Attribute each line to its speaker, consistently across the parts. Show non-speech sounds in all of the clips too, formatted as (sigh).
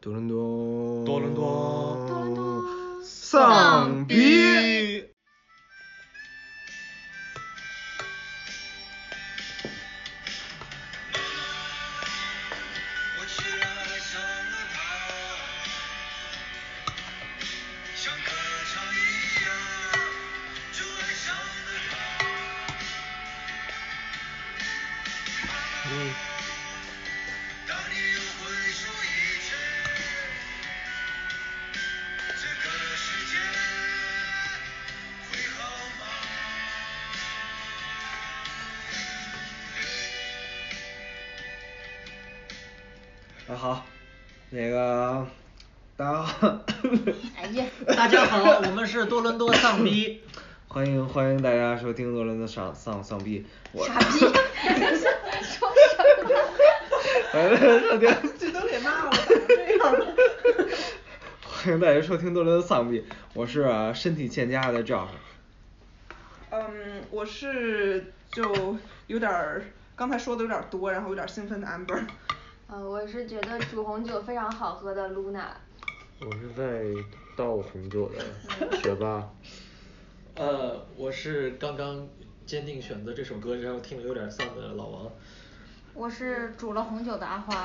Speaker 1: 多伦多，
Speaker 2: 多伦多
Speaker 3: 多伦多
Speaker 1: 丧逼。
Speaker 2: 逼。
Speaker 4: 我只爱上了他，像歌唱一样，就爱上了他。当你又会说一句，这个世界会好吗？
Speaker 1: 啊好，那个大家好，
Speaker 5: (laughs)
Speaker 3: 哎呀，
Speaker 5: 大家好，我们是多伦多丧逼。
Speaker 1: 欢迎欢迎大家收听多伦多丧丧丧逼，我 (laughs)
Speaker 3: 傻逼，你说说什么？
Speaker 1: 欢迎大家收听，
Speaker 5: 这都给骂了，咋这样呢？
Speaker 1: 欢迎大家收听多伦多丧逼，我是、啊身体欠佳的 Josh，
Speaker 6: 嗯，我是就有点儿，刚才说的有点儿多，然后有点儿兴奋的 amber。
Speaker 3: 呃，我是觉得煮红酒非常好喝的 Luna。
Speaker 7: 我是在倒红酒
Speaker 5: (laughs)
Speaker 7: 的学霸，
Speaker 5: 呃，我是刚刚坚定选择这首歌，然后听了有点丧的老王。
Speaker 8: 我是煮了红酒的阿
Speaker 1: (laughs)
Speaker 8: 花。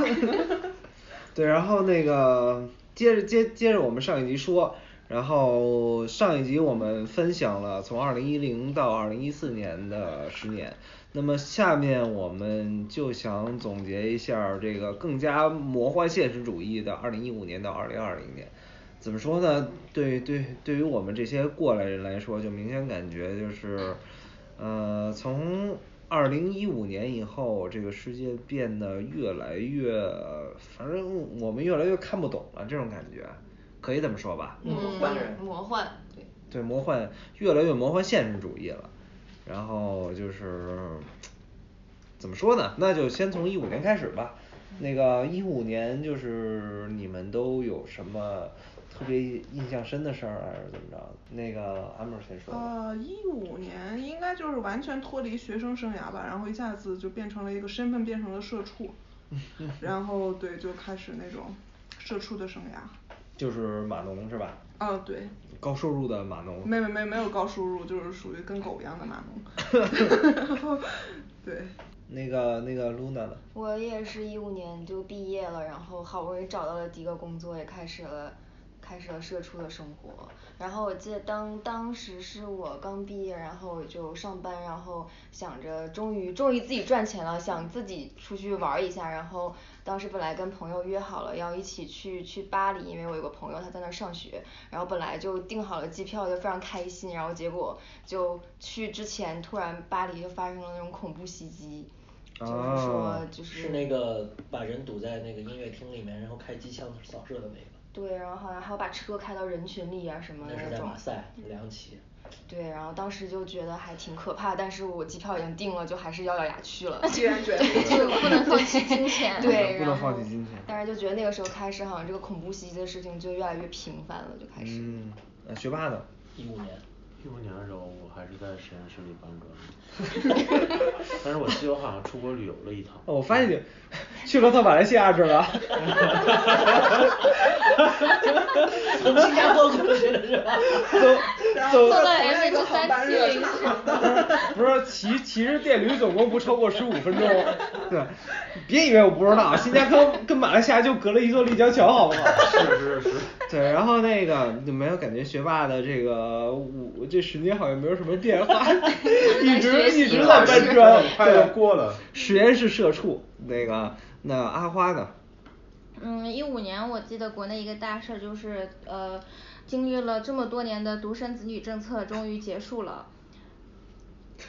Speaker 1: 对，然后那个接着接接着我们上一集说，然后上一集我们分享了从二零一零到二零一四年的十年，那么下面我们就想总结一下儿这个更加魔幻现实主义的二零一五年到二零二零年。怎么说呢？对对，对于我们这些过来人来说，就明显感觉就是，呃，从二零一五年以后，这个世界变得越来越，反正我们越来越看不懂了，这种感觉，可以这么说吧？
Speaker 5: 嗯换人
Speaker 3: 嗯魔幻，对，
Speaker 1: 对，魔幻越来越魔幻现实主义了。然后就是怎么说呢？那就先从一五年开始吧。
Speaker 3: 嗯
Speaker 1: 那个一五年就是你们都有什么特别印象深的事儿，啊还是怎么着的？那个安 m 先说吧。
Speaker 3: 哦
Speaker 6: 呃，一五年应该就是完全脱离学生生涯吧，然后一下子就变成了一个身份变成了社畜，然后对就开始那种社畜的生涯。
Speaker 1: 就是码农是吧？
Speaker 6: 啊，对，
Speaker 1: 高收入的码农。
Speaker 6: 没没没没有高收入，就是属于跟狗一样的码农。 (laughs) 然后对，
Speaker 1: 那个那个 Luna 呢？
Speaker 3: 我也是一五年就毕业了，然后好不容易找到了第一个工作，也开始了开始了社畜的生活。然后我记得当当时是我刚毕业，然后就上班，然后想着终于终于自己赚钱了，想自己出去玩儿一下。然后当时本来跟朋友约好了要一起去去巴黎，因为我有个朋友他在那儿上学，然后本来就订好了机票，就非常开心。然后结果就去之前，突然巴黎就发生了那种恐怖袭击。就是
Speaker 1: 哦
Speaker 3: 说就是
Speaker 5: 是那个把人堵在那个音乐厅里面，然后开机枪扫射的那个。
Speaker 3: 对，然后好像还要把车开到人群里啊什么的
Speaker 5: 那是
Speaker 3: 那
Speaker 5: 在
Speaker 3: 种
Speaker 5: 马。赛，两起。
Speaker 3: 对，然后当时就觉得还挺可怕，但是我机票已经订了，就还是咬咬牙去 (laughs) 了。
Speaker 6: 既然决定
Speaker 3: 就
Speaker 6: 了，
Speaker 3: 不
Speaker 8: 能放弃金钱
Speaker 3: 对，
Speaker 1: 不能
Speaker 3: 然
Speaker 1: 放
Speaker 3: 后
Speaker 1: 弃金钱
Speaker 3: 但是就觉得那个时候开始，好像这个恐怖袭击的事情就越来越频繁了，就开始。
Speaker 1: 嗯，呃学霸呢？
Speaker 5: 一五年，
Speaker 7: 一五年的时候我还是在实验室里搬砖，
Speaker 5: (laughs)
Speaker 7: 但是我记得我好像出国旅游了一趟。
Speaker 1: 哦，我发现你去 (laughs) 了趟马来西亚是吧？ (laughs)
Speaker 5: 从新加坡过去的是吧？
Speaker 6: 然
Speaker 1: 走
Speaker 6: 后
Speaker 8: 坐在
Speaker 6: 同样一个航班热
Speaker 8: 730
Speaker 6: 场。
Speaker 1: 不是，其其实电驴总共不超过十五分钟。 (laughs) 对，别以为我不知道，新加坡跟马来西亚就隔了一座立交桥，好不
Speaker 7: (laughs)
Speaker 1: 好？
Speaker 7: 是是是，
Speaker 1: 对，然后那个就没有感觉学霸的这个五这十年好像没有什么变
Speaker 7: (laughs)
Speaker 1: 化，一直一直在搬砖，
Speaker 7: 快要过了
Speaker 1: 对。实验室社畜那个，那阿花呢？
Speaker 8: 嗯，一五年我记得国内一个大事儿就是呃，经历了这么多年的独生子女政策终于结束了。
Speaker 5: (laughs)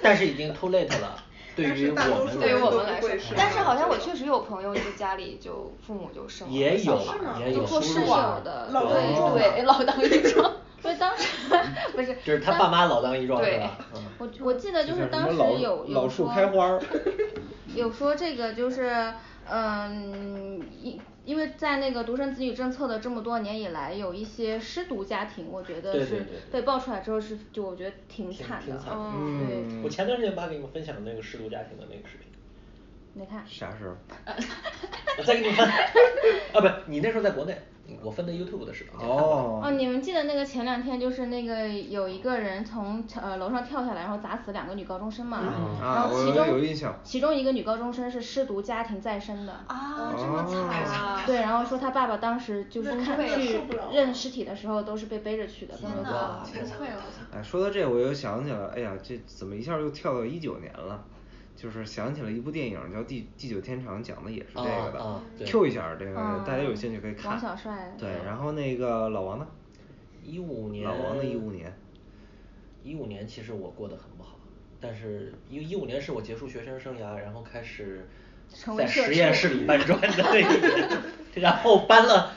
Speaker 5: 但是已经 too late 了，对于
Speaker 6: 但是大
Speaker 5: 我
Speaker 6: 多
Speaker 5: 们
Speaker 6: 数
Speaker 3: 对于
Speaker 6: 人
Speaker 3: 我
Speaker 6: 都
Speaker 3: 们
Speaker 6: 不
Speaker 3: 来说
Speaker 6: 会是，
Speaker 3: 但是好像我确实有朋友就家里就父母就生了
Speaker 5: 也
Speaker 3: 小
Speaker 5: 有
Speaker 3: 孩儿
Speaker 5: 也有
Speaker 8: 做室
Speaker 5: 输入
Speaker 8: 友
Speaker 5: 啊
Speaker 8: 的，
Speaker 6: 老当益壮
Speaker 8: 对对，老当益壮。不是当时
Speaker 1: (laughs)
Speaker 8: 不是，
Speaker 5: 就是他
Speaker 8: 当
Speaker 5: 爸妈老当益壮是
Speaker 3: 对
Speaker 5: 吧？嗯
Speaker 8: 我我记得就
Speaker 1: 这叫什
Speaker 8: 是当
Speaker 1: 么
Speaker 8: 时
Speaker 1: 老
Speaker 8: 有
Speaker 1: 老
Speaker 8: 有
Speaker 1: 树
Speaker 8: 说
Speaker 1: 开花儿
Speaker 8: (laughs) 有说这个就是嗯因因为在那个独生子女政策的这么多年以来，有一些失独家庭，我觉
Speaker 5: 对
Speaker 8: 得
Speaker 5: 对
Speaker 8: 是
Speaker 5: 对对
Speaker 8: 被爆出来之后是就我觉得挺
Speaker 5: 挺
Speaker 8: 惨
Speaker 5: 挺
Speaker 8: 的哦
Speaker 5: 惨的，嗯
Speaker 8: 对
Speaker 5: 我前段时间妈给你们分享那个失独家庭的那个视频， (laughs)
Speaker 8: 你看，
Speaker 1: 啥时候？
Speaker 5: 我再给你分啊，不，你那时候在国内，我分的 YouTube 的视频。
Speaker 1: 哦
Speaker 8: 哦，你们记得那个前两天就是那个有一个人从呃楼上跳下来，然后砸死两个女高中生嘛，
Speaker 1: 嗯
Speaker 8: 然
Speaker 1: 啊
Speaker 8: 后
Speaker 1: 我
Speaker 8: 其
Speaker 1: 有
Speaker 8: 中
Speaker 1: 有印象
Speaker 8: 其中一个女高中生是失独家庭再生的，
Speaker 3: 啊，这么惨啊！
Speaker 8: 对，然后说她爸爸当时就是
Speaker 6: 那
Speaker 8: 看
Speaker 6: 这个
Speaker 8: 去
Speaker 6: 受不了啊
Speaker 8: 认尸体的时候都是被背着去的，
Speaker 3: 天
Speaker 8: 更多
Speaker 3: 呐，
Speaker 8: 的
Speaker 3: 崩溃了！
Speaker 1: 哎，说到这我又想起来，哎呀，这怎么一下又跳到一九年了？就是想起了一部电影叫《地地久天长》，讲的也是这个的、
Speaker 5: 啊啊对
Speaker 1: q 一下儿这个、
Speaker 8: 嗯
Speaker 1: 大家有兴趣可以看。
Speaker 8: 王小帅
Speaker 1: 对
Speaker 8: 对，
Speaker 1: 然后那个老王呢？
Speaker 5: 一五年。
Speaker 1: 老王的一五年。
Speaker 5: 一五年其实我过得很不好，但是因为一五年是我结束学生生涯，然后开始
Speaker 8: 成为
Speaker 5: 在
Speaker 8: 社
Speaker 5: 实验室
Speaker 8: 畜
Speaker 5: 里搬砖的那一年，然后搬了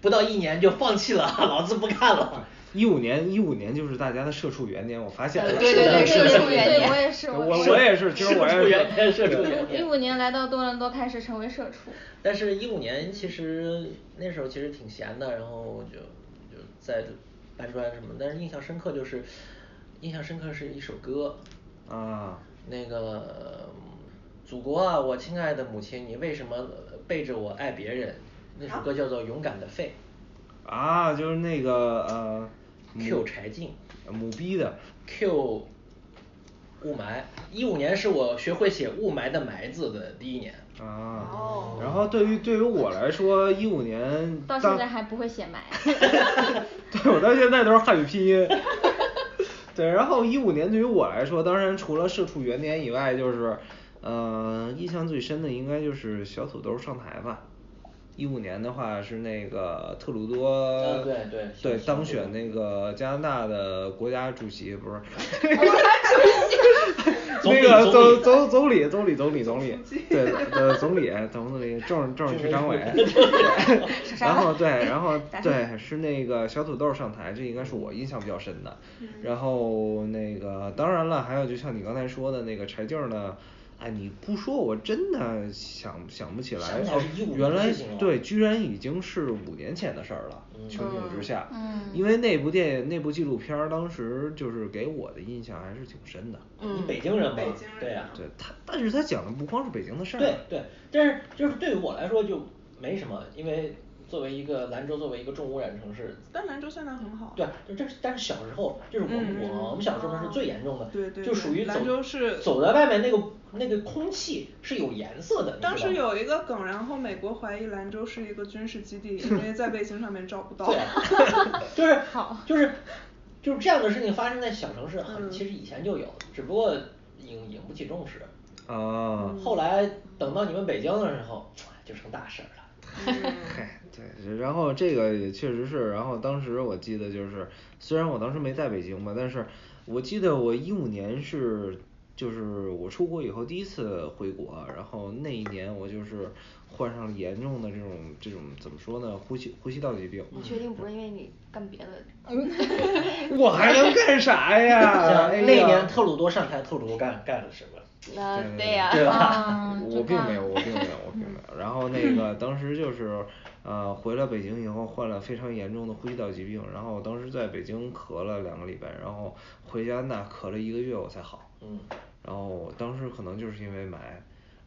Speaker 5: 不到一年就放弃了，老子不干了。
Speaker 1: 一五年，一五年就是大家的社畜元年，我发
Speaker 5: 呃
Speaker 1: 现了。
Speaker 3: 对
Speaker 1: 是的
Speaker 3: 对
Speaker 1: 是
Speaker 3: 社
Speaker 1: 的
Speaker 3: 畜
Speaker 1: 是的
Speaker 3: 元年
Speaker 8: 对我也是
Speaker 1: 我
Speaker 8: 我
Speaker 1: 我也是，其实我
Speaker 5: 社畜
Speaker 1: 也
Speaker 5: 元年，
Speaker 1: 是。
Speaker 5: 社畜元
Speaker 8: 一
Speaker 5: 年。
Speaker 8: 五年来到多伦多，开始成为社畜。
Speaker 5: 但是，一五年其实那时候其实挺闲的，然后就就在搬砖什么，但是印象深刻就是，印象深刻是一首歌，
Speaker 1: 啊，
Speaker 5: 那个祖国啊，我亲爱的母亲，你为什么背着我爱别人？那首歌叫做《勇敢的肺
Speaker 1: 啊，就是那个呃。母
Speaker 5: Q 柴静
Speaker 1: 母逼的。》
Speaker 5: ，Q 雾霾。一五年是我学会写雾霾的霾字的第一年。
Speaker 1: 啊，然后对于对于我来说，一五年
Speaker 8: 到
Speaker 1: 当
Speaker 8: 现在还不会啊写埋。
Speaker 1: (laughs) 对，我到现在都是汉语拼音。对，然后一五年对于我来说，当然除了社畜元年以外，就是，呃，印象最深的应该就是小土豆上台吧。一五年的话是那个特鲁多，
Speaker 5: 啊对对小小
Speaker 1: 当
Speaker 5: 土
Speaker 1: 选
Speaker 5: 豆
Speaker 1: 那个加拿大的国家主席，不
Speaker 5: (laughs)
Speaker 1: 是，
Speaker 5: 总
Speaker 1: 那
Speaker 5: 理
Speaker 1: 个
Speaker 5: 总
Speaker 1: 总
Speaker 5: 理
Speaker 1: 总总理总理总理总理，对呃总理总总理政 (laughs) 政治局常委， (laughs) 然后对然 (laughs) 后对是那个小土豆上台，这应该是我印象比较深的。然后那个当然了，还有就像你刚才说的那个柴静儿呢。哎，你不说我真的想想不起来
Speaker 5: 想不起来
Speaker 1: 哦
Speaker 5: 是15年，
Speaker 1: 原
Speaker 5: 的
Speaker 1: 来
Speaker 5: 事情了
Speaker 1: 对，居然已经是五年前的事儿了。穹顶之下，
Speaker 8: 嗯
Speaker 1: 因为那部电影那部纪录片儿，当时就是给我的印象还是挺深的。
Speaker 5: 你北京人吗？
Speaker 6: 嗯北京人啊
Speaker 5: 对呀、啊
Speaker 1: 对他，但是他讲的不光是北京的事儿。
Speaker 5: 对对，但是就是对于我来说就没什么，因为作为一个兰州，作为一个重污染城市，
Speaker 6: 但兰州现在很好。啊嗯
Speaker 5: 对，就这是但是小时候就是我们、我们小时候那是最严重的，
Speaker 6: 对对
Speaker 5: 就属
Speaker 6: 对
Speaker 5: 于走
Speaker 6: 兰州是
Speaker 5: 走在外面那个那个空气是有颜色的，你
Speaker 6: 当
Speaker 5: 知道
Speaker 6: 时
Speaker 5: 吗
Speaker 6: 有一个梗，然后美国怀疑兰州是一个军事基地，因为在卫星上面照不到。
Speaker 5: 对， (laughs)
Speaker 6: (laughs)
Speaker 5: 就是就是就是这样的事情发生在小城市，
Speaker 6: 嗯
Speaker 5: 很其实以前就有，只不过引引不起重视。
Speaker 1: 啊，
Speaker 5: 后来等到你们北京的时候，哎就成大事儿了。
Speaker 6: 嗯
Speaker 1: 嗨，对，然后这个也确实是，然后当时我记得就是，虽然我当时没在北京吧，但是我记得我一五年是。就是我出国以后第一次回国，然后那一年我就是患上了严重的这种这种怎么说呢，呼吸呼吸道疾病。
Speaker 3: 你确定不是因为你干别 (laughs) 的？嗯
Speaker 1: 我还能干啥呀？
Speaker 5: 像
Speaker 1: 哎呀
Speaker 5: 那年特鲁多上台，特鲁多干干了什么？
Speaker 3: 那对呀、
Speaker 5: 对吧？
Speaker 1: (laughs)
Speaker 8: 嗯，
Speaker 1: 我并没有，我并没有，我并没有。然后那个当时就是，呃，回了北京以后患了非常严重的呼吸道疾病，然后我当时在北京咳了两个礼拜，然后回加拿大咳了一个月我才好。
Speaker 5: 嗯。
Speaker 1: 然后我当时可能就是因为霾，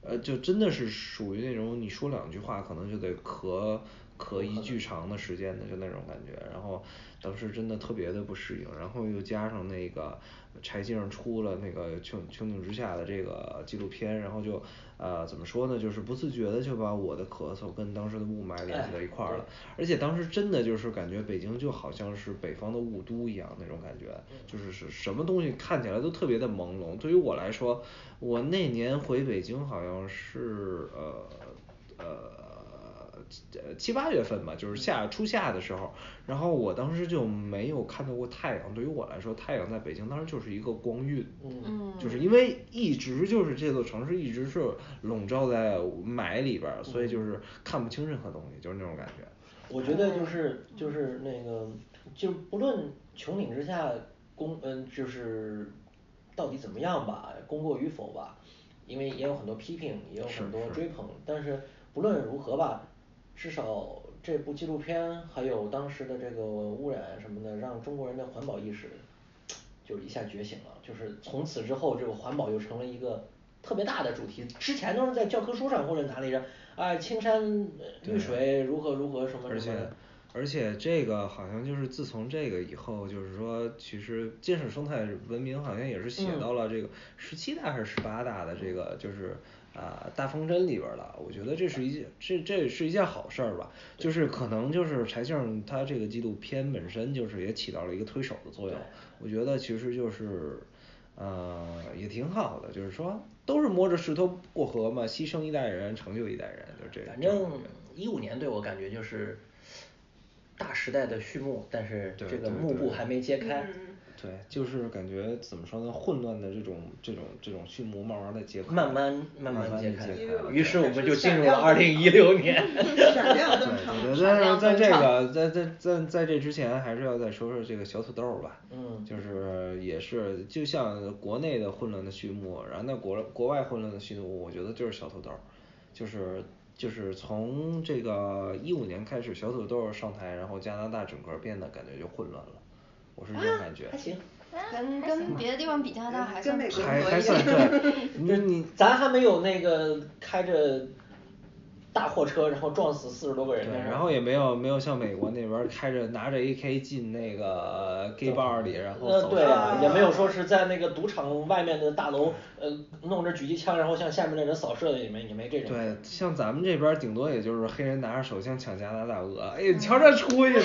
Speaker 1: 呃，就真的是属于那种你说两句话可能就得咳咳一巨长的时间的，就那种感觉。然后当时真的特别的不适应，然后又加上那个柴静儿出了那个《穹穹顶之下》的这个纪录片，然后就呃怎么说呢，就是不自觉的就把我的咳嗽跟当时的雾霾联系在一块儿了。而且当时真的就是感觉北京就好像是北方的雾都一样那种感觉，就是是什么东西看起来都特别的朦胧。对于我来说，我那年回北京好像是呃呃呃七八月份吧，就是夏初夏的时候，然后我当时就没有看到过太阳。对于我来说，太阳在北京当时就是一个光晕，
Speaker 3: 嗯
Speaker 1: 就是因为一直就是这座城市一直是笼罩在霾里边儿，所以就是看不清任何东西，就是那种感觉。
Speaker 5: 我觉得就是就是那个，就不论穹顶之下功嗯，就是到底怎么样吧，功过与否吧，因为也有很多批评，也有很多追捧，但是不论如何吧，至少这部纪录片还有当时的这个污染什么的，让中国人的环保意识就一下觉醒了，就是从此之后，这个环保就成了一个特别大的主题，之前都是在教科书上或者哪里上，啊，青山呃绿水如何如何什么
Speaker 1: 而
Speaker 5: 什
Speaker 1: 且
Speaker 5: 么的。
Speaker 1: 而且这个好像就是自从这个以后，就是说，其实建设生态文明好像也是写
Speaker 5: 嗯
Speaker 1: 到了这个十七大还是十八大的这个就是啊、大方针里边儿了。我觉得这是一件这这是一件好事儿吧，就是可能就是柴静她这个纪录片本身就是也起到了一个推手的作用。我觉得其实就是。呃，也挺好的，就是说都是摸着石头过河嘛，牺牲一代人，成就一代人，就这。
Speaker 5: 反
Speaker 1: 这种
Speaker 5: 正
Speaker 1: 感觉
Speaker 5: 一五年对我感觉就是大时代的序幕，但是
Speaker 1: 对
Speaker 5: 这
Speaker 1: 对
Speaker 5: 个幕布
Speaker 1: 对
Speaker 5: 还没揭开。
Speaker 1: 对，就是感觉怎么说呢，混乱的这种这种这种序幕慢慢的揭开，
Speaker 5: 慢慢慢
Speaker 1: 慢
Speaker 5: 慢揭
Speaker 1: 地
Speaker 5: 开
Speaker 1: 开
Speaker 6: 了，
Speaker 5: 于嗯是我们就进入了二
Speaker 6: 闪
Speaker 5: 零
Speaker 6: 亮
Speaker 5: 一六年。 (laughs)
Speaker 6: 闪亮登场。
Speaker 1: 对对，但是在这个在在在在这之前，还是要再说说这个小土豆儿吧。
Speaker 5: 嗯
Speaker 1: 就是也是就像国内的混乱的序幕，然后那国国外混乱的序幕，我觉得就是小土豆儿，就是就是从这个一五年开始，小土豆儿上台，然后加拿大整个变得感觉就混乱了，我是这种感觉。
Speaker 5: 啊还行，
Speaker 3: (laughs) 跟跟别的地方比加拿大还
Speaker 6: 跟
Speaker 3: 算
Speaker 6: 美
Speaker 3: 平
Speaker 6: 国，
Speaker 3: 和
Speaker 1: 还
Speaker 3: 一
Speaker 1: 还
Speaker 3: 点。
Speaker 1: 算
Speaker 5: (laughs)
Speaker 1: 对，你你
Speaker 5: 咱还没有那个开着大货车然后撞死四十多个人
Speaker 1: 对，
Speaker 5: 的事儿。
Speaker 1: 然后也没有没有像美国那边儿开着拿着 AK 进那个 gay bar 里，然后
Speaker 5: 呃，
Speaker 1: 走
Speaker 5: 对啊，
Speaker 1: 上
Speaker 5: 也没有说是在那个赌场外面的大楼，呃，弄着狙击枪，然后向下面的人扫射的，也没也没这种。
Speaker 1: 对，像咱们这边儿顶多也就是黑人拿着手枪抢加拿大鹅，哎，
Speaker 5: 嗯
Speaker 1: 你瞧这出息
Speaker 5: (laughs)
Speaker 1: 的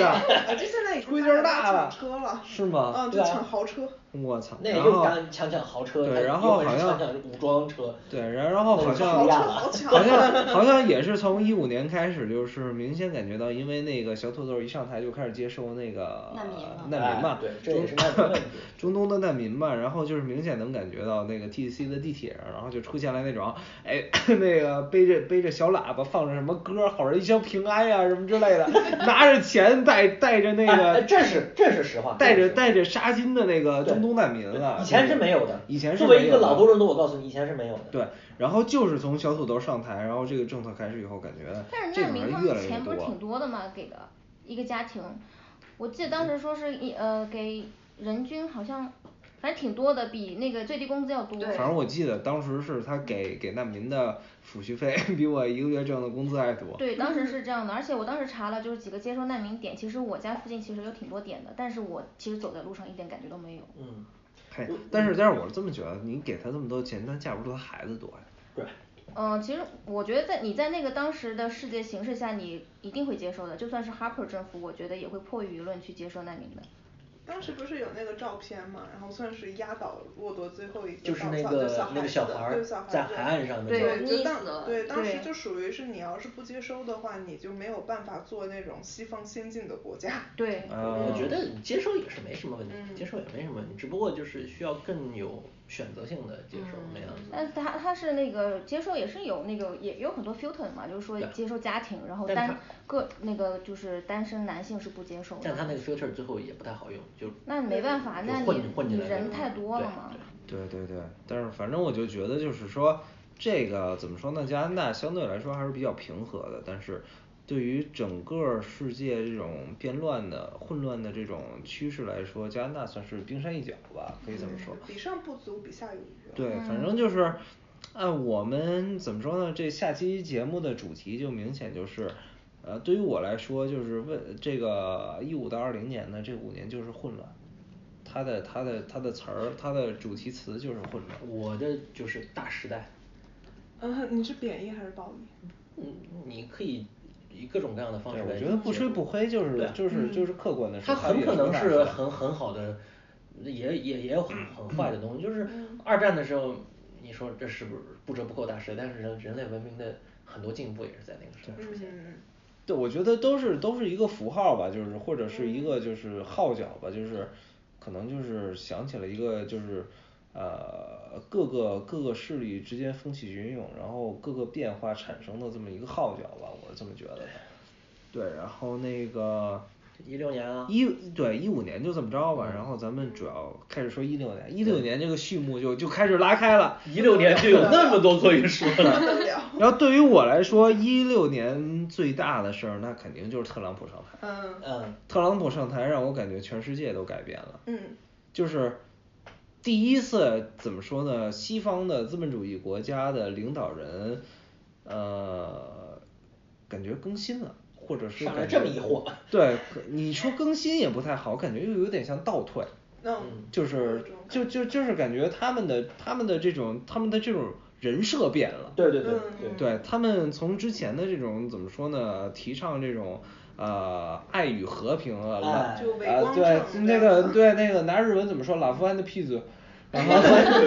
Speaker 6: 这现在已
Speaker 1: 出
Speaker 6: 经
Speaker 1: 息劲儿大
Speaker 6: 大
Speaker 1: 了，
Speaker 6: 车了，
Speaker 1: 是吗？啊
Speaker 6: 嗯，就抢豪车。
Speaker 1: 我操，
Speaker 5: 那也
Speaker 1: 然
Speaker 5: 就
Speaker 1: 后
Speaker 5: 敢抢抢豪车，
Speaker 1: 对，
Speaker 5: 但
Speaker 1: 然后
Speaker 5: 因为
Speaker 1: 好
Speaker 5: 是
Speaker 1: 像
Speaker 5: 抢抢武装车
Speaker 1: 对，然然后
Speaker 5: 那
Speaker 1: 好
Speaker 5: 就
Speaker 1: 像
Speaker 5: 不一样
Speaker 6: 好
Speaker 5: (laughs) 了。
Speaker 6: 抢
Speaker 1: 好像好像也是从一五年开始，就是明显感觉到，因为那个小土豆一上台就开始接受那个
Speaker 3: 难民嘛
Speaker 1: 难民嘛
Speaker 5: 哎，对这也是难民问题
Speaker 1: (laughs) 中东的难民嘛，然后就是明显能感觉到那个 TC 的地铁上，然后就出现了那种，哎， (coughs) 那个背着背着小喇叭放着什么歌，吼着一声平安呀、什么之类
Speaker 5: (laughs)
Speaker 1: 的，拿着钱带带着那
Speaker 5: 哎哎
Speaker 1: 个。
Speaker 5: 这是这是实话。
Speaker 1: 带
Speaker 5: 这
Speaker 1: 着
Speaker 5: 是
Speaker 1: 带着纱巾的那个
Speaker 5: 对
Speaker 1: 啊呃中东难民了，
Speaker 5: 以前
Speaker 1: 就是
Speaker 5: 没有的
Speaker 1: 以前是
Speaker 5: 作
Speaker 1: 没
Speaker 5: 为一个
Speaker 1: 有
Speaker 5: 老
Speaker 1: 的
Speaker 5: 多伦多，我告诉你，以前是没有的。
Speaker 1: 对，然后就是从小土豆上台，然后这个政策开始以后，感觉
Speaker 8: 但是
Speaker 1: 这
Speaker 8: 难
Speaker 1: 种
Speaker 8: 民
Speaker 1: 人
Speaker 8: 他
Speaker 1: 越
Speaker 8: 们
Speaker 1: 来越
Speaker 8: 钱不
Speaker 1: 多
Speaker 8: 是。挺多的嘛，给的一个家庭，我记得当时说是一呃给人均好像，反正挺多的，比那个最低工资要多。
Speaker 3: 对
Speaker 1: 反正我记得当时是他给
Speaker 8: 嗯
Speaker 1: 给难民的抚恤费比我一个月挣的工资还多。
Speaker 8: 对，当时是这样的，而且我当时查了，就是几个接收难民点，其实我家附近其实有挺多点的，但是我其实走在路上一点感觉都没有。
Speaker 5: 嗯，
Speaker 1: 嘿，但是但是我是这么觉得，你给他这么多钱，他架不住他孩子多呀。
Speaker 5: 对。
Speaker 8: 嗯，其实我觉得在你在那个当时的世界形势下，你一定会接受的。就算是哈珀政府，我觉得也会迫于舆论去接受难民的。
Speaker 6: 当时不是有那个照片嘛，然后算是压倒骆驼最后一个稻
Speaker 5: 就是
Speaker 6: 草，
Speaker 5: 那
Speaker 6: 就
Speaker 5: 个
Speaker 6: 小孩
Speaker 5: 那
Speaker 6: 子
Speaker 5: 个小孩
Speaker 6: 对
Speaker 5: 儿
Speaker 6: 小孩
Speaker 5: 在
Speaker 6: 子
Speaker 5: 海岸上的
Speaker 8: 对
Speaker 5: 那
Speaker 8: 溺
Speaker 5: 个，
Speaker 6: 就
Speaker 8: 死
Speaker 6: 当
Speaker 8: 了
Speaker 6: 对当时
Speaker 8: 对
Speaker 6: 就属于是你要是不接收的话，你就没有办法做那种西方先进的国家。
Speaker 8: 对，
Speaker 1: 呃
Speaker 5: 我觉得你接受也是没什么问题，
Speaker 6: 嗯
Speaker 5: 接受也没什么问题，只不过就是需要更有选择性的接受那样子。
Speaker 8: 但是他他是那个接受也是有那个也有很多 filter 嘛，就是说
Speaker 5: 对
Speaker 8: 接受家庭，然后
Speaker 5: 但
Speaker 8: 单
Speaker 5: 他
Speaker 8: 个那个就是单身男性是不接受
Speaker 5: 但他那
Speaker 8: 的。
Speaker 5: 个 filter 最后也不太好用，就
Speaker 8: 那没办法，
Speaker 5: 就
Speaker 8: 那
Speaker 5: 混
Speaker 8: 你
Speaker 5: 混
Speaker 8: 你
Speaker 5: 进来
Speaker 8: 人
Speaker 5: 的
Speaker 8: 太多
Speaker 5: 对
Speaker 8: 了嘛。
Speaker 5: 对
Speaker 1: 对对对，但是反正我就觉得就是说，这个怎么说呢？加拿大相对来说还是比较平和的，但是对于整个世界这种变乱的、混乱的这种趋势来说，加拿大算是冰山一角吧，可以这么说。
Speaker 6: 嗯比上不足，比下有余。
Speaker 1: 对，反正就是，按我们怎么说呢？这下期节目的主题就明显就是，呃，对于我来说，就是问这个一五到二零年的这五年就是混乱，它的它的它的词儿，它的主题词就是混乱。
Speaker 5: 我的就是大时代，
Speaker 6: 嗯，你是贬义还是褒义？
Speaker 5: 嗯，你可以以各种各样的方式
Speaker 1: 对，
Speaker 5: 来
Speaker 1: 我
Speaker 5: 解
Speaker 1: 觉
Speaker 5: 读。
Speaker 1: 得不吹不黑就是、
Speaker 5: 对啊
Speaker 1: 就是就是客观的说，
Speaker 5: 它很
Speaker 1: 也
Speaker 5: 可能
Speaker 1: 大
Speaker 5: 是
Speaker 1: 事
Speaker 5: 很很好的，也也也有很很坏的东西。就是二战的时候，你说这是不是不折不扣大时代？但是人人类文明的很多进步也是在那个时候出现的。
Speaker 6: 嗯，
Speaker 1: 对，我觉得都是都是一个符号吧，就是或者是一个就是号角吧，就是可能就是想起了一个就是呃各个各个势力之间风起云涌，然后各个变化产生的这么一个号角吧，我是这么觉得的。对，然后那个
Speaker 5: 一六年啊，嗯
Speaker 1: 一对一五年就这么着吧，然后咱们主要开始说一六年，一六年这个序幕就就开始拉开了。
Speaker 5: 一六年就有那么多可以说
Speaker 6: 不
Speaker 5: 的。
Speaker 6: 得了。
Speaker 1: 然后对于我来说，一六年最大的事儿，那肯定就是特朗普上台。
Speaker 6: 嗯
Speaker 5: 嗯，
Speaker 1: 特朗普上台让我感觉全世界都改变了，
Speaker 6: 嗯，
Speaker 1: 就是第一次怎么说呢？西方的资本主义国家的领导人，呃，感觉更新了，或者是
Speaker 5: 上来
Speaker 1: 感觉
Speaker 5: 这么一货
Speaker 1: 对，可你说更新也不太好，感觉又有点像倒退。
Speaker 6: 嗯
Speaker 1: 就是就就就是感觉他们的他们的这种他们的这种人设变了。
Speaker 5: 对对对
Speaker 6: 嗯
Speaker 5: 对
Speaker 1: 对他们从之前的这种怎么说呢，提倡这种呃爱与和平啊，
Speaker 5: 哎
Speaker 1: 啊
Speaker 5: 就
Speaker 6: 伪光
Speaker 1: 对
Speaker 6: 正
Speaker 1: 那
Speaker 6: 这样
Speaker 1: 个
Speaker 6: 的
Speaker 1: 对那个拿日文怎么说，拉夫安的屁
Speaker 5: (laughs)
Speaker 1: 嘴。然后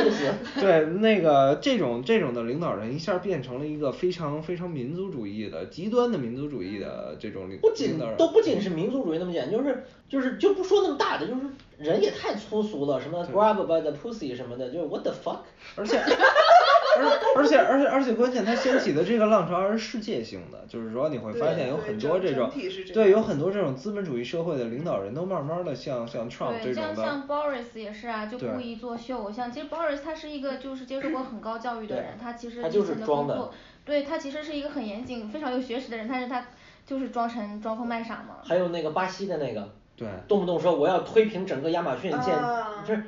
Speaker 1: (laughs) 对那个这种这种的领导人一下变成了一个非常非常民族主义的极端的民族主义的这种领
Speaker 5: 嗯不仅
Speaker 1: 领导人，
Speaker 5: 都不仅是民族主义那么简单，就是就是就不说那么大的，就是人也太粗俗了，什么 grab by the pussy 什么的，就是 what the fuck。
Speaker 1: 而且而而且而且而且关键，它掀起的这个浪潮还是世界性的，就是说你会发
Speaker 6: 对
Speaker 1: 现有
Speaker 6: 对
Speaker 1: 很
Speaker 6: 整
Speaker 1: 多这
Speaker 6: 整
Speaker 1: 种
Speaker 6: 体是这
Speaker 1: 对
Speaker 6: 样
Speaker 1: 有很多这种资本主义社会的领导人都慢慢的像像 Trump 这
Speaker 8: 对，
Speaker 1: 种
Speaker 8: 像像
Speaker 1: 的，
Speaker 8: Boris 也是啊，就
Speaker 1: 对
Speaker 8: 故意作秀。像其实 Boris 他是一个就是接受过很高教育的
Speaker 5: 对
Speaker 8: 人，他其实
Speaker 5: 他
Speaker 8: 之
Speaker 5: 就是
Speaker 8: 前的
Speaker 5: 装
Speaker 8: 工
Speaker 5: 的
Speaker 8: 作，对他其实是一个很严谨、非常有学识的人，但是他就是装成装疯卖傻嘛。
Speaker 5: 还有那个巴西的那个，
Speaker 1: 对
Speaker 5: 动不动说我要推平整个亚马逊建，
Speaker 6: 啊
Speaker 5: 不是，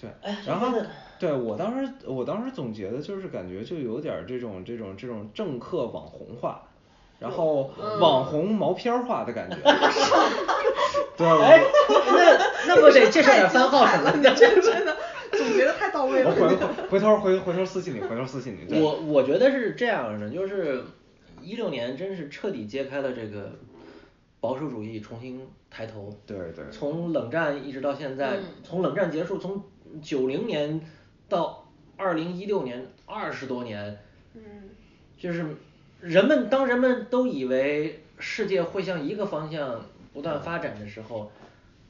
Speaker 1: 对
Speaker 5: 哎，
Speaker 1: 然后
Speaker 5: 真的
Speaker 1: 对我当时我当时总结的就是感觉就有点儿这种这种这种政客网红化。然后
Speaker 6: 嗯
Speaker 1: 网红毛片儿化的
Speaker 6: (laughs)
Speaker 1: 感觉，对，
Speaker 5: 哎
Speaker 1: 我，
Speaker 5: 那那不得介绍点番号什么的。
Speaker 6: 这个 (laughs) 真的总结的太到位
Speaker 1: 我
Speaker 6: 了。
Speaker 1: 回回回头回回头私信你，回头私信你。对
Speaker 5: 我
Speaker 1: 对
Speaker 5: 我觉得是这样的，就是一六年真是彻底揭开了这个保守主义重新抬头。
Speaker 1: 对对
Speaker 5: 从冷战一直到现在，
Speaker 3: 嗯
Speaker 5: 从冷战结束，从九零年到二零一六年，二十多年，
Speaker 6: 嗯，
Speaker 5: 就是人们当人们都以为世界会向一个方向不断发展的时候，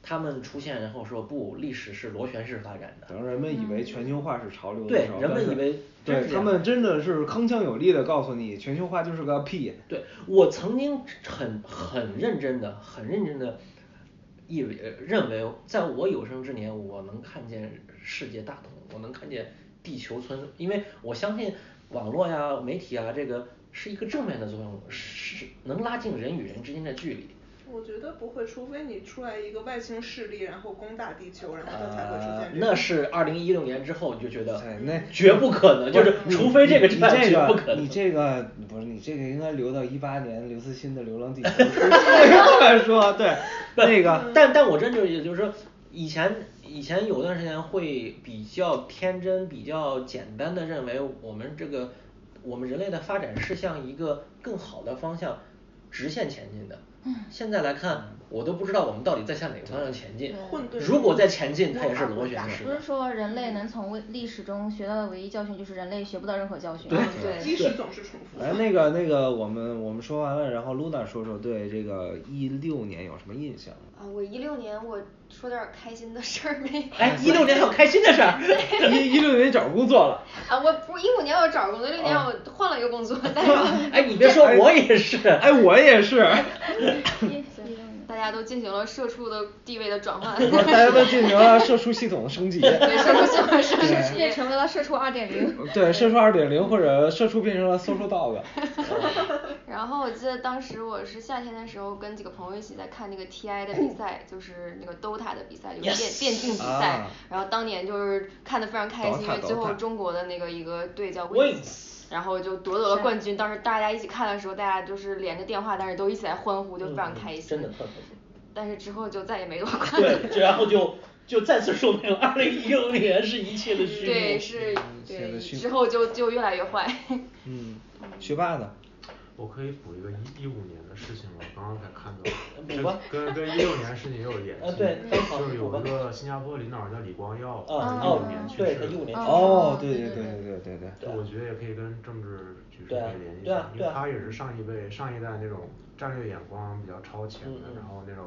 Speaker 5: 他们出现然后说不，历史是螺旋式发展的。
Speaker 1: 等人们以为全球化是潮流的
Speaker 5: 对
Speaker 1: 时候，
Speaker 5: 人们
Speaker 1: 但是
Speaker 5: 以为真
Speaker 1: 对
Speaker 5: 是这
Speaker 1: 他
Speaker 5: 样
Speaker 1: 们真的是铿锵有力的告诉你，全球化就是个屁。
Speaker 5: 对我曾经很很认真的、很认真的以为认为，在我有生之年，我能看见世界大同，我能看见地球村，因为我相信网络呀、媒体啊，这个是一个正面的作用，是能拉近人与人之间的距离。
Speaker 6: 我觉得不会，除非你出来一个外星势力，然后攻打地球，然后它才会出
Speaker 5: 啊
Speaker 6: 现、这
Speaker 5: 那
Speaker 6: 种
Speaker 5: 是二零一六年之后，你就觉得
Speaker 1: 哎那
Speaker 5: 绝不可能，就是 (laughs) 除非这个之
Speaker 1: 你
Speaker 5: 外
Speaker 1: 这
Speaker 5: 绝不
Speaker 1: 个
Speaker 5: 可能。
Speaker 1: 你这个不是你这个应该留到一八年刘慈欣的《流浪
Speaker 5: (laughs)
Speaker 1: 地球》这本书，对
Speaker 5: 不
Speaker 1: 那个
Speaker 5: 但但我真就也就是说，以前以前有段时间会比较天真、比较简单的认为我们这个我们人类的发展是向一个更好的方向直线前进的。
Speaker 3: 嗯
Speaker 5: 现在来看，我都不知道我们到底在向哪个方向前进。
Speaker 6: 混沌
Speaker 5: 如果再前进，它也是螺
Speaker 6: 混
Speaker 5: 旋
Speaker 6: 沌
Speaker 5: 式
Speaker 8: 不是
Speaker 5: 的。
Speaker 8: 说人类能从为历史中学到的唯一教训就是人类学不到任何教训。
Speaker 5: 对 (laughs)
Speaker 3: 对
Speaker 6: 历史总是重复的。
Speaker 1: 哎那个那个我们我们说完了，然后露娜说说对这个一六年有什么印象吗？
Speaker 3: 啊，我一六年我说点儿开心的事儿没？
Speaker 5: 哎，一六年还有开心的事儿。 (laughs)
Speaker 1: 一一六年找工作了，
Speaker 3: 啊，我不一五年我找工作，六年我换了一个工 (laughs) 作，但是
Speaker 5: 哎，你别说，我也是。
Speaker 1: 哎我也
Speaker 5: (laughs)
Speaker 1: 是，
Speaker 8: 一一六年
Speaker 3: 大家都进行了社畜的地位的转换，
Speaker 1: 大家都进行了社畜系统的升级。
Speaker 3: 对，社畜喜欢社畜
Speaker 8: 世界成为了社畜二点零。
Speaker 1: 对，社畜二点零或者社畜变成了 social dog。
Speaker 3: 然后我记得当时我是夏天的时候跟几个朋友一起在看那个 TI 的比赛，就是那个 DOTA 的比赛，就是
Speaker 5: Yes
Speaker 3: 电电竞比赛
Speaker 1: 啊。
Speaker 3: 然后当年就是看的非常开心，因为
Speaker 1: Dota，
Speaker 3: 最后
Speaker 1: Dota
Speaker 3: 中国的那个一个队叫
Speaker 5: Wings
Speaker 3: 然后就夺得了冠军。当时大家一起看的时候，大家就是连着电话，但是都一起来欢呼，就 (laughs) 非常开心。
Speaker 5: 嗯真的特开心。
Speaker 3: 但是之后就再也没夺 (laughs) 冠。
Speaker 5: 对，这然后就就再次说明了二零一六年是一切的虚嗯无。，
Speaker 3: 对，是，
Speaker 1: 现在
Speaker 3: 对，
Speaker 1: 虚
Speaker 3: 之后就就越来越坏。 (laughs)
Speaker 1: 嗯，学霸呢？
Speaker 7: 我可以补一个一一五年的事情吗？我刚刚才看到
Speaker 5: 呃补吧
Speaker 7: 这跟跟一六年事情也有联
Speaker 5: 啊
Speaker 7: 系。
Speaker 5: 对嗯好
Speaker 7: 就是
Speaker 5: 补吧
Speaker 7: 有一个新加坡领导人叫李光耀，
Speaker 5: 啊
Speaker 7: 一五年去
Speaker 5: 对
Speaker 7: 世
Speaker 5: 他
Speaker 7: 的。
Speaker 5: 15年
Speaker 1: 哦，
Speaker 8: 对
Speaker 1: 对
Speaker 8: 对
Speaker 1: 对对对对
Speaker 7: 就我觉得也可以跟政治局势可
Speaker 5: 对啊
Speaker 7: 以联系
Speaker 5: 对啊
Speaker 7: 上，因为
Speaker 5: 对啊
Speaker 7: 他也是上一辈上一代那种战略眼光比较超前的
Speaker 5: 嗯嗯，
Speaker 7: 然后那种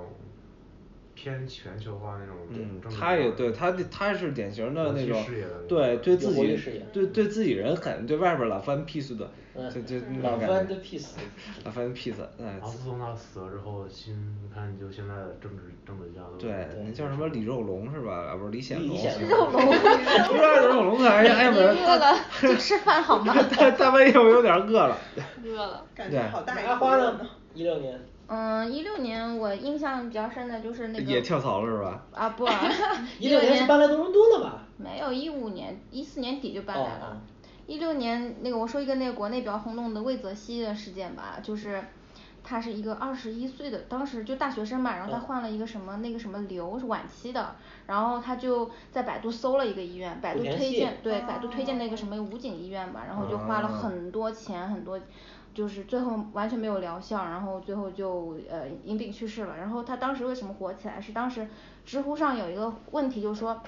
Speaker 7: 偏全球化那种
Speaker 1: 嗯
Speaker 7: 政治观。，
Speaker 1: 他也对他他是典型的
Speaker 7: 国
Speaker 1: 那
Speaker 7: 际
Speaker 1: 种
Speaker 7: 视野的那，
Speaker 1: 对
Speaker 7: 种
Speaker 1: 对自
Speaker 5: 有国际
Speaker 1: 己
Speaker 5: 视野
Speaker 1: 对对自己人狠，对外边儿老翻屁事的，就就
Speaker 5: 嗯，
Speaker 1: 那
Speaker 5: 老
Speaker 1: 种
Speaker 5: 翻
Speaker 1: 感
Speaker 5: 的
Speaker 1: 觉，
Speaker 5: 屁死。
Speaker 1: 老翻屁事，哎
Speaker 7: 然，后自从他死了之后，新你看就现在的政治政治家都
Speaker 1: 对，那叫什么李肉龙是吧？啊，不是李显
Speaker 5: 李
Speaker 1: 龙，
Speaker 5: 显
Speaker 1: 不是
Speaker 5: 龙
Speaker 1: 李肉龙还是哎
Speaker 8: 你
Speaker 1: 不是
Speaker 8: 饿了就吃饭好吗？
Speaker 1: (laughs) 大大半夜我有点饿了，
Speaker 3: 饿了。
Speaker 6: 感觉
Speaker 1: 对
Speaker 6: 好大一
Speaker 5: 麻
Speaker 6: 个
Speaker 5: 花
Speaker 6: 人
Speaker 5: 呢 (laughs)
Speaker 6: 呢？
Speaker 5: 一六年，
Speaker 8: 嗯，一六年我印象比较深的就是那个
Speaker 1: 也跳槽了是吧？
Speaker 8: 啊 (laughs) 不，
Speaker 5: 一六
Speaker 8: 六
Speaker 5: 年是搬来多伦多了吧？
Speaker 8: 没有，一五年一四年底就搬来
Speaker 5: 哦
Speaker 8: 了
Speaker 5: 哦。
Speaker 8: 一六年那个我说一个那个国内比较轰动的魏则西的事件吧，就是他是一个二十一岁的，当时就大学生嘛，然后他
Speaker 5: 嗯
Speaker 8: 患了一个什么那个什么瘤是晚期的，然后他就在百度搜了一个医院，百
Speaker 5: 莆
Speaker 8: 度
Speaker 5: 田
Speaker 8: 推
Speaker 5: 系哦
Speaker 8: 荐对百度推荐那个什么武警医院吧，然后就花了
Speaker 1: 啊
Speaker 8: 很多钱很多。就是最后完全没有疗效，然后最后就呃因病去世了。然后他当时为什么火起来？是当时知乎上有一个问题，就是说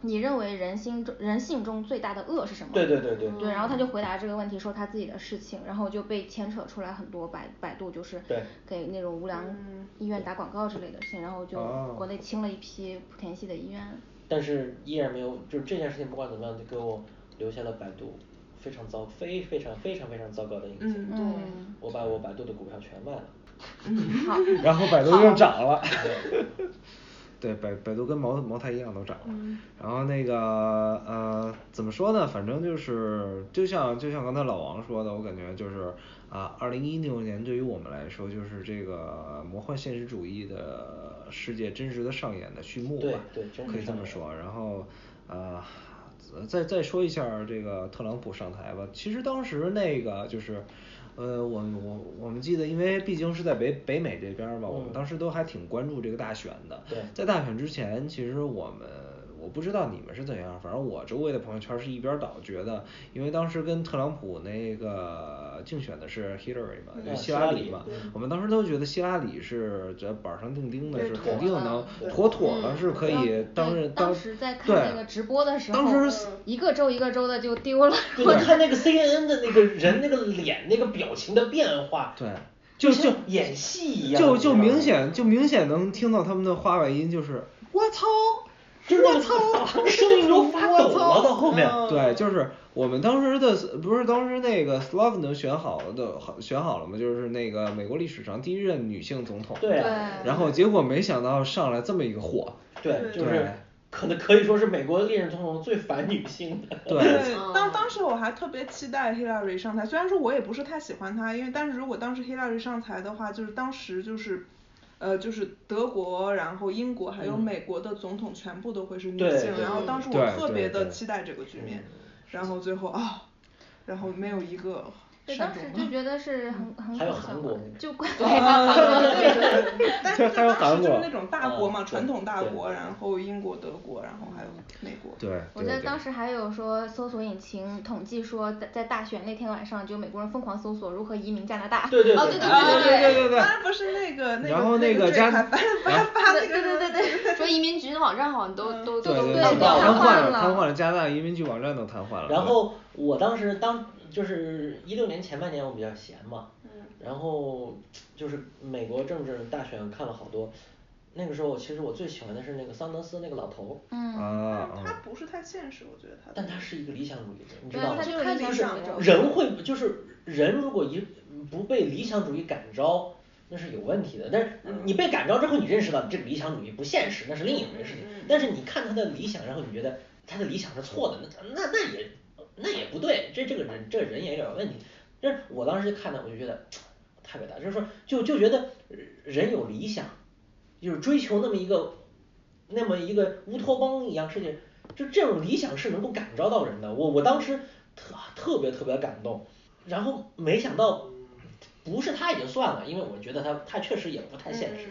Speaker 8: 你认为人心中人性中最大的恶是什么？嗯
Speaker 5: 对对对对
Speaker 8: 对，然后他就回答这个问题，说他自己的事情，然后就被牵扯出来很多百百度就是
Speaker 5: 对
Speaker 8: 给那种无良
Speaker 6: 嗯
Speaker 8: 医院打广告之类的事情，然后就
Speaker 1: 哦
Speaker 8: 国内清了一批莆田系的医院。
Speaker 5: 但是依然没有，就是这件事情不管怎么样，就给我留下了百度非常糟、非非常非常非常糟糕的印象。
Speaker 6: 嗯
Speaker 8: 嗯，
Speaker 5: 我把我百度的股票全
Speaker 8: (laughs)
Speaker 5: 卖了。
Speaker 8: 好，
Speaker 1: (laughs) 然后百度又涨
Speaker 8: (laughs)
Speaker 1: 了。
Speaker 5: 对
Speaker 1: 对，百百度跟茅茅台一样都涨了。
Speaker 8: 嗯
Speaker 1: 然后那个呃，怎么说呢？反正就是，就像就像刚才老王说的，我感觉就是啊，二零一六年对于我们来说，就是这个魔幻现实主义的世界真实的上演的序幕吧，
Speaker 5: 对对真实
Speaker 1: 可以这
Speaker 5: 上
Speaker 1: 么
Speaker 5: 演
Speaker 1: 说。然后啊、呃再再说一下儿这个特朗普上台吧。其实当时那个就是，呃，我我我们记得，因为毕竟是在北北美这边儿吧，我们
Speaker 5: 嗯
Speaker 1: 当时都还挺关注这个大选的。
Speaker 5: 对
Speaker 1: 在大选之前，其实我们我不知道你们是怎样，反正我周围的朋友圈是一边倒，觉得因为当时跟特朗普那个竞选的是 Hillary 嘛，就
Speaker 5: 嗯
Speaker 1: 希
Speaker 5: 希
Speaker 1: 拉
Speaker 5: 拉
Speaker 1: 里
Speaker 5: 里
Speaker 1: 嘛
Speaker 5: 对，
Speaker 1: 我们当时都觉得希拉里是这板上钉钉的，
Speaker 6: 对
Speaker 1: 是
Speaker 6: 妥
Speaker 1: 肯定
Speaker 8: 了
Speaker 1: 能
Speaker 5: 对
Speaker 1: 妥妥的
Speaker 8: 嗯
Speaker 1: 是可
Speaker 8: 当
Speaker 1: 以
Speaker 8: 对
Speaker 1: 当任
Speaker 8: 当时在看
Speaker 1: 对
Speaker 8: 那个直播的时候，
Speaker 1: 当时
Speaker 8: 一个州一个州的就丢了。
Speaker 5: 对，你看那个 CNN 的那个人那个脸那个表情的变化，
Speaker 1: 对，就就
Speaker 5: 像演戏一样，
Speaker 1: 就
Speaker 5: 你知
Speaker 1: 就
Speaker 5: 道吗
Speaker 1: 明显就明显能听到他们的话外音，就是我操，
Speaker 5: 就是
Speaker 1: 我操，
Speaker 5: 生命中发抖了到后面
Speaker 8: 嗯
Speaker 1: 我操对，就是我们当时的不是当时那个 Slovin 选好了的选好了吗？就是那个美国历史上第一任女性总统。
Speaker 5: 对
Speaker 8: 啊
Speaker 1: 然后结果没想到上来这么一个货。
Speaker 5: 对，就
Speaker 1: 对
Speaker 5: 是可能可以说是美国历任总统最反女性的。 (laughs)
Speaker 1: 对，
Speaker 8: 啊
Speaker 6: 当当时我还特别期待 Hillary 上台，虽然说我也不是太喜欢她，因为但是如果当时 Hillary 上台的话，就是当时就是，呃，就是德国，然后英国还有
Speaker 5: 嗯
Speaker 6: 美国的总统全部都会是女
Speaker 5: 对
Speaker 6: 性，
Speaker 5: 对
Speaker 6: 然后
Speaker 5: 对
Speaker 6: 当时我
Speaker 1: 对
Speaker 6: 特
Speaker 1: 对
Speaker 6: 别的
Speaker 1: 对
Speaker 6: 期待这个局面
Speaker 5: 嗯，
Speaker 6: 然后最后啊，然后没有一个
Speaker 8: (laughs) 对，
Speaker 6: 善终
Speaker 8: 当时
Speaker 6: 了。
Speaker 8: 就觉得是很很
Speaker 5: 还有
Speaker 8: 搞笑
Speaker 5: 韩
Speaker 8: 嘛
Speaker 5: 国那个
Speaker 8: 就怪
Speaker 1: 对还有
Speaker 6: 但是就当
Speaker 1: 韩
Speaker 6: 时就是
Speaker 1: 国
Speaker 6: 那种大国嘛，
Speaker 5: 嗯
Speaker 6: 传统大
Speaker 5: 对
Speaker 6: 国，然后英国、德国，然后还有美国。
Speaker 1: 对，对
Speaker 8: 我记得
Speaker 1: 对
Speaker 8: 当时还有说，搜索引擎统计说，在在大选那天晚上，就美国人疯狂搜索如何移民加拿大。 (laughs)
Speaker 5: 对对
Speaker 8: 哦
Speaker 5: 对
Speaker 8: 对
Speaker 5: 啊
Speaker 1: 对
Speaker 8: 对
Speaker 1: 对对
Speaker 6: 当然不是那个那个
Speaker 1: 然后
Speaker 6: 那
Speaker 1: 个加
Speaker 6: 瑞凯发
Speaker 1: 然后
Speaker 6: 发发那
Speaker 3: 对
Speaker 6: 个
Speaker 3: 对对对 (laughs) 对，说移民局的网站好像都
Speaker 5: 嗯
Speaker 3: 都
Speaker 1: 对
Speaker 3: 都
Speaker 1: 对
Speaker 3: 都
Speaker 1: 对，
Speaker 8: 对
Speaker 1: 瘫
Speaker 8: 都瘫
Speaker 1: 痪
Speaker 8: 痪
Speaker 1: 了，
Speaker 8: 了
Speaker 1: 瘫痪了，加拿大移民局网站都瘫痪了。
Speaker 5: 然后我当时当就是一六年前半年我比较闲嘛，
Speaker 8: 嗯
Speaker 5: 然后就是美国政治大选看了好多，那个时候其实我最喜欢的是那个桑德斯那个老头儿，
Speaker 1: 对
Speaker 8: 嗯，
Speaker 1: 啊，
Speaker 6: 但
Speaker 1: 嗯
Speaker 6: 他不是太现实，我觉得他。
Speaker 5: 但他是一个理想主义者，你知
Speaker 8: 对，啊
Speaker 5: 道吗
Speaker 8: 他？就是理
Speaker 6: 就
Speaker 8: 想
Speaker 6: 是
Speaker 8: 主义者。
Speaker 5: 人会就是人如果一不被理想主义感召。那是有问题的，但是
Speaker 8: 嗯
Speaker 5: 你被感召之后，你认识到这个理想主义不现实，那是另一回事情。
Speaker 8: 嗯
Speaker 5: 但是你看他的理想，然后你觉得他的理想是错的，那那那也那也不对，这这个人这人也有点问题。但是我当时就看到，我就觉得太伟大，就是说就就觉得人有理想，就是追求那么一个那么一个乌托邦一样世界，就这种理想是能够感召到人的。我我当时特特别特别感动，然后没想到不是他也就算了，因为我觉得他他确实也不太现实，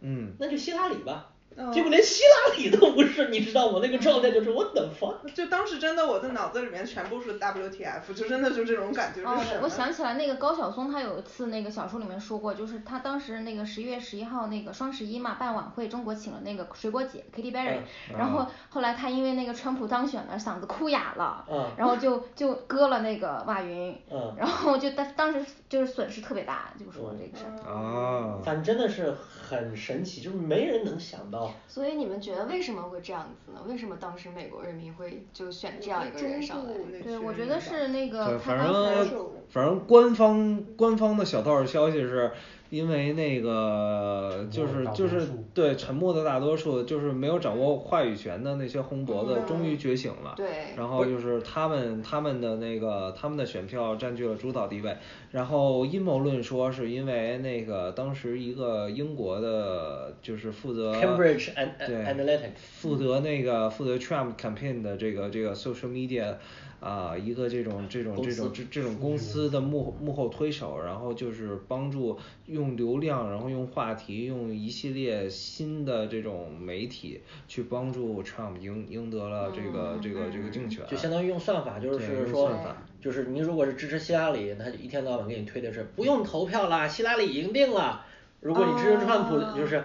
Speaker 1: 嗯，哦
Speaker 5: 那就希拉里吧。
Speaker 6: 嗯
Speaker 5: 结果连希拉里都不是，你知道吗？那个状态就是我的 fuck。
Speaker 6: 就当时真的我的脑子里面全部是 WTF，就真的就这种感觉。
Speaker 8: 哦
Speaker 6: 就是什，
Speaker 8: 我
Speaker 6: 么
Speaker 8: 想起来那个高晓松，他有一次那个小说里面说过，就是他当时那个十一月十一号那个双十一嘛办晚会，中国请了那个水果姐 Katy Perry，、然
Speaker 5: 嗯
Speaker 8: 后后来他因为那个川普当选了，嗓子哭哑了，
Speaker 5: 嗯
Speaker 8: 然后就就割了那个马云，
Speaker 5: 嗯
Speaker 8: 然后就当当时就是损失特别大，就说这个事儿。
Speaker 1: 啊，
Speaker 5: 反正真的是很神奇，就是没人能想到。
Speaker 3: 所以你们觉得为什么会这样子呢？为什么当时美国人民会就选这样一个人上来？
Speaker 6: 那
Speaker 8: 对，我
Speaker 6: 群
Speaker 8: 觉
Speaker 6: 人
Speaker 8: 得
Speaker 6: 吧
Speaker 8: 是那
Speaker 1: 对，
Speaker 8: 个他
Speaker 1: 反
Speaker 8: 当
Speaker 1: 正
Speaker 8: 时
Speaker 1: 反正官方官方的小道消息是，因为那个就
Speaker 7: 沉默
Speaker 1: 是
Speaker 7: 的大
Speaker 1: 就
Speaker 7: 多
Speaker 1: 是
Speaker 7: 数
Speaker 1: 对沉默的大多数就是没有掌握话语权的那些红脖子终于觉醒了，
Speaker 3: 对
Speaker 1: 然后就是他们他们的那个他们的选票占据了主导地位，然后阴谋论说是因为那个当时一个英国的就是负责
Speaker 5: Cambridge An-
Speaker 1: 对
Speaker 5: Analytic
Speaker 1: 负责那个负责 Trump campaign 的这个这个 social media 啊、一个这种这种这种这这种公司的幕后幕后推手，然后就是帮助用流量，然后用话题，用一系列新的这种媒体去帮助 Trump 赢赢得了这个、这个这个竞选，
Speaker 5: 就相当于用算法，就
Speaker 1: 对
Speaker 5: 是
Speaker 1: 用
Speaker 5: 说
Speaker 1: 算法，
Speaker 5: 就是你如果是支持希拉里，那他就一天到晚给你推的是不用投票啦，希拉里赢定了。如果你支持川普，就是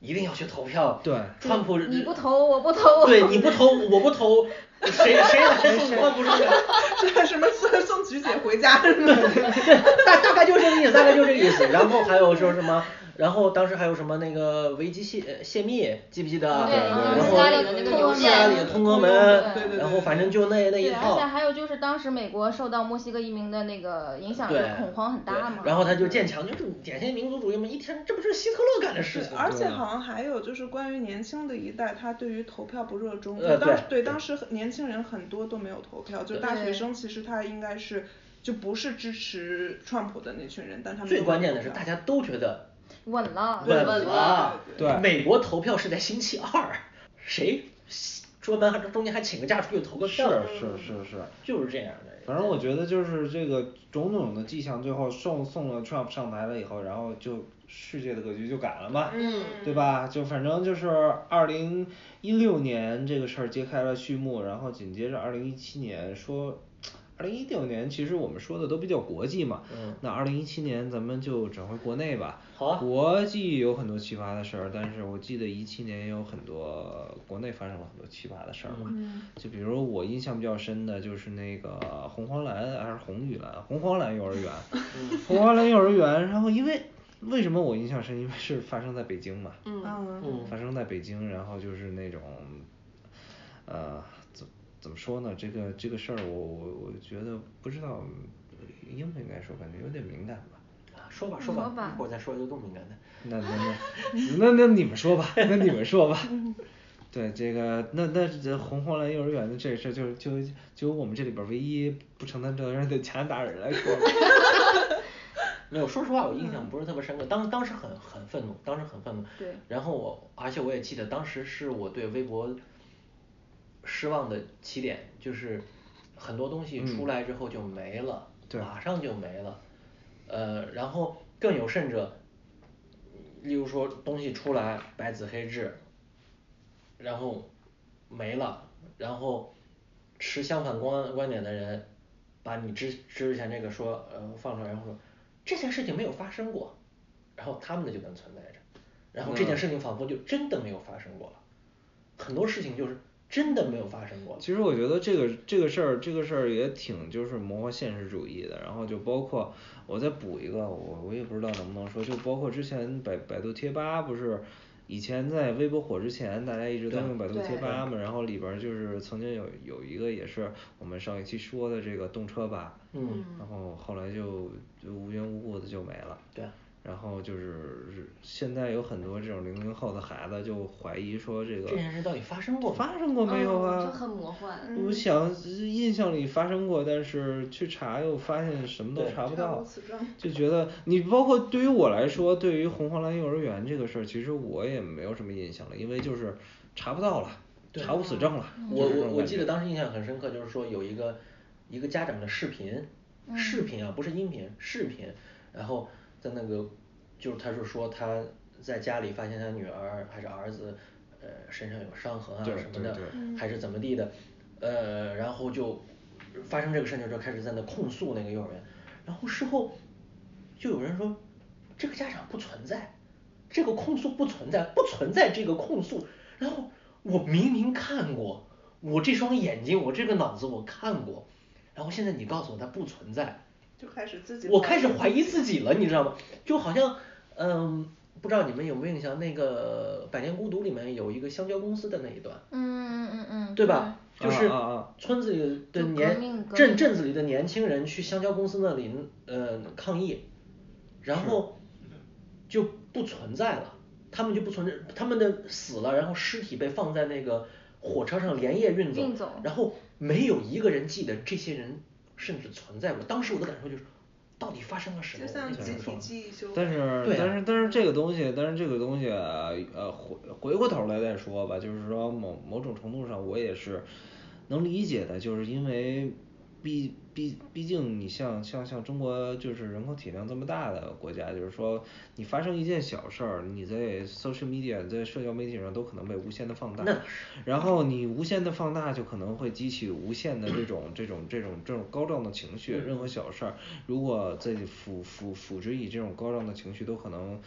Speaker 5: 一定要去投票。
Speaker 1: 对
Speaker 5: 川普
Speaker 8: 你不投我不投
Speaker 5: 对，你不投我不投，谁谁来送川普上台？
Speaker 6: 这什么送送菊姐回家是吗？
Speaker 5: (laughs) 大大概就是这个意思，大概就是这个意思。然后还有说什么？然后当时还有什么那个维基泄呃泄密，记不记得啊？
Speaker 8: 对
Speaker 5: 然
Speaker 8: 就是
Speaker 5: 后
Speaker 8: 希拉里的那个邮件
Speaker 5: 希拉里的通俄门
Speaker 8: 对对，
Speaker 6: 对
Speaker 5: 然后反正就那那一
Speaker 8: 对，而
Speaker 5: 套
Speaker 8: 且。还有就是当时美国受到墨西哥移民的那个影响，
Speaker 5: 对，
Speaker 8: 恐慌很大嘛。嗯
Speaker 5: 对然后他就建墙，就是典型民族主义嘛，一天这不是希特勒干的事
Speaker 6: 对，
Speaker 5: 情。
Speaker 6: 而且好像还有就是关于年轻的一代，他对于投票不热衷。
Speaker 5: 呃
Speaker 6: 就当时对
Speaker 5: 对
Speaker 6: 当时很年轻人很多都没有投票，就大学生其实他应该是就不是支持川普的那群人，但他们
Speaker 5: 最
Speaker 6: 都
Speaker 5: 关
Speaker 6: 没有
Speaker 5: 键的是，
Speaker 6: 投
Speaker 5: 大
Speaker 6: 票
Speaker 5: 家都觉
Speaker 8: (laughs)
Speaker 5: 得
Speaker 8: 稳了，
Speaker 5: 稳
Speaker 3: 稳
Speaker 5: 了
Speaker 3: 了。
Speaker 1: 对
Speaker 5: 美国投票是在星期二，谁专门还中间还请个假出去投个
Speaker 1: 是
Speaker 5: 票？
Speaker 1: 是是是。
Speaker 5: 就是这样的。
Speaker 1: 反正我觉得就是这个种种的迹象，最后送送了 Trump 上台了以后，然后就世界的格局就改了嘛，
Speaker 3: 嗯
Speaker 1: 对吧？就反正就是二零一六年这个事儿揭开了序幕，然后紧接着二零一七年说。二零一六年其实我们说的都比较国际嘛，
Speaker 5: 嗯
Speaker 1: 那二零一七年咱们就转回国内吧。
Speaker 5: 好啊
Speaker 1: 国际有很多奇葩的事儿，但是我记得一七年也有很多国内发生了很多奇葩的事儿嘛。就比如我印象比较深的就是那个红黄蓝还是红绿蓝，红黄蓝幼儿园，红黄蓝幼儿园。然后因为为什么我印象深，因为是发生在北京嘛，
Speaker 6: 嗯
Speaker 5: 嗯
Speaker 1: 发生在北京，然后就是那种，呃，怎怎么说呢？这个这个事儿，我我我觉得不知道应不应该说，感觉有点敏感吧。
Speaker 5: 啊说吧说
Speaker 8: 说
Speaker 5: 吧
Speaker 8: 吧，
Speaker 5: 一会儿再说就更敏感的。
Speaker 1: 那那那那那你们说吧，那你们说吧。对这个，那那这红黄蓝幼儿园的这事儿，就就就由我们这里边儿唯一不承担责任的加拿大人来说吧。
Speaker 5: 没有，说实话，我印象不是特别深刻。当当时很很愤怒，当时很愤怒。
Speaker 8: 对
Speaker 5: 然后我，而且我也记得，当时是我对微博失望的起点，就是很多东西出来之后就没了，
Speaker 1: 对
Speaker 5: 马上就没了。呃，然后更有甚者，例如说东西出来白纸黑字，然后没了，然后持相反观观点的人把你之之前这个说呃放出来，然后说这件事情没有发生过，然后他们的就能存在着，然后这
Speaker 1: 嗯
Speaker 5: 件事情仿佛就真的没有发生过了，很多事情就是真的没有发生过了。
Speaker 1: 其实我觉得这个这个事儿，这个事儿也挺就是魔幻现实主义的。然后就包括我再补一个，我我也不知道能不能说，就包括之前百百度贴吧不是。以前在微博火之前，大家一直都用百度贴吧嘛，然后里边儿就是曾经有有一个也是我们上一期说的这个动车吧，
Speaker 5: 嗯，
Speaker 1: 然后后来就就无缘无故的就没了。
Speaker 5: 对啊
Speaker 1: 然后就是现在有很多这种零零后的孩子就怀疑说这个
Speaker 5: 这件事到底发生过吗？
Speaker 1: 发生过没有
Speaker 3: 嗯
Speaker 1: 啊？
Speaker 3: 就很魔幻
Speaker 1: 我想印象里发生过，但是去查又发现什么都
Speaker 5: 对
Speaker 1: 查不
Speaker 6: 查
Speaker 1: 到
Speaker 6: 无此证，
Speaker 1: 就觉得你包括对于我来说，对于红黄蓝幼儿园这个事儿，其实我也没有什么印象了，因为就是查不到了，查无此证了。
Speaker 5: 我
Speaker 1: 就
Speaker 3: 嗯
Speaker 1: 是这
Speaker 5: 我
Speaker 1: 种
Speaker 5: 我
Speaker 1: 感
Speaker 5: 记
Speaker 1: 觉
Speaker 5: 得当时印象很深刻，就是说有一个一个家长的视频，视频啊，不是音频，视频，然后在那个就是他是说他在家里发现他女儿还是儿子，呃，身上有伤痕啊
Speaker 1: 对
Speaker 5: 什么
Speaker 1: 对
Speaker 5: 的
Speaker 1: 对，
Speaker 6: 嗯
Speaker 5: 还是怎么地的，呃，然后就发生这个事情之后开始在那控诉那个幼儿园，然后事后就有人说这个家长不存在，这个控诉不存在，不存在这个控诉。然后我明明看过，我这双眼睛，我这个脑子我看过，然后现在你告诉我它不存在，
Speaker 6: 就开始自己
Speaker 5: 我开始怀疑自己了，你知道吗？就好像，嗯，不知道你们有没有印象，那个《百年孤独》里面有一个香蕉公司的那一段，
Speaker 8: 嗯嗯嗯，
Speaker 5: 对吧？
Speaker 1: 对
Speaker 5: 就是
Speaker 1: 啊啊啊
Speaker 5: 村子里的
Speaker 8: 就革命
Speaker 5: 年
Speaker 8: 革
Speaker 5: 镇
Speaker 8: 命
Speaker 5: 镇子里的年轻人去香蕉公司那里呃抗议，然后就不存在了，他们就不存在，他们的死了，然后尸体被放在那个火车上连夜运走，
Speaker 8: 运走
Speaker 5: 然后没有一个人记得这些人甚至存在过。当时我的感受就是，到底发生了什么？
Speaker 6: 就像
Speaker 5: 我那个
Speaker 6: 集
Speaker 5: 人说
Speaker 6: 体记忆修
Speaker 1: 但是
Speaker 5: 对啊
Speaker 1: 但是但是这个东西，但是这个东西啊呃回回过头来再说吧，就是说某某种程度上我也是能理解的，就是因为毕毕毕竟你像像像中国就是人口体量这么大的国家，就是说你发生一件小事儿，你在 social media 在社交媒体上都可能被无限的放大
Speaker 5: 那是，
Speaker 1: 然后你无限的放大就可能会激起无限的这种这种这种这种高涨的情绪，任何小事儿如果再辅辅辅之以这种高涨的情绪，都可能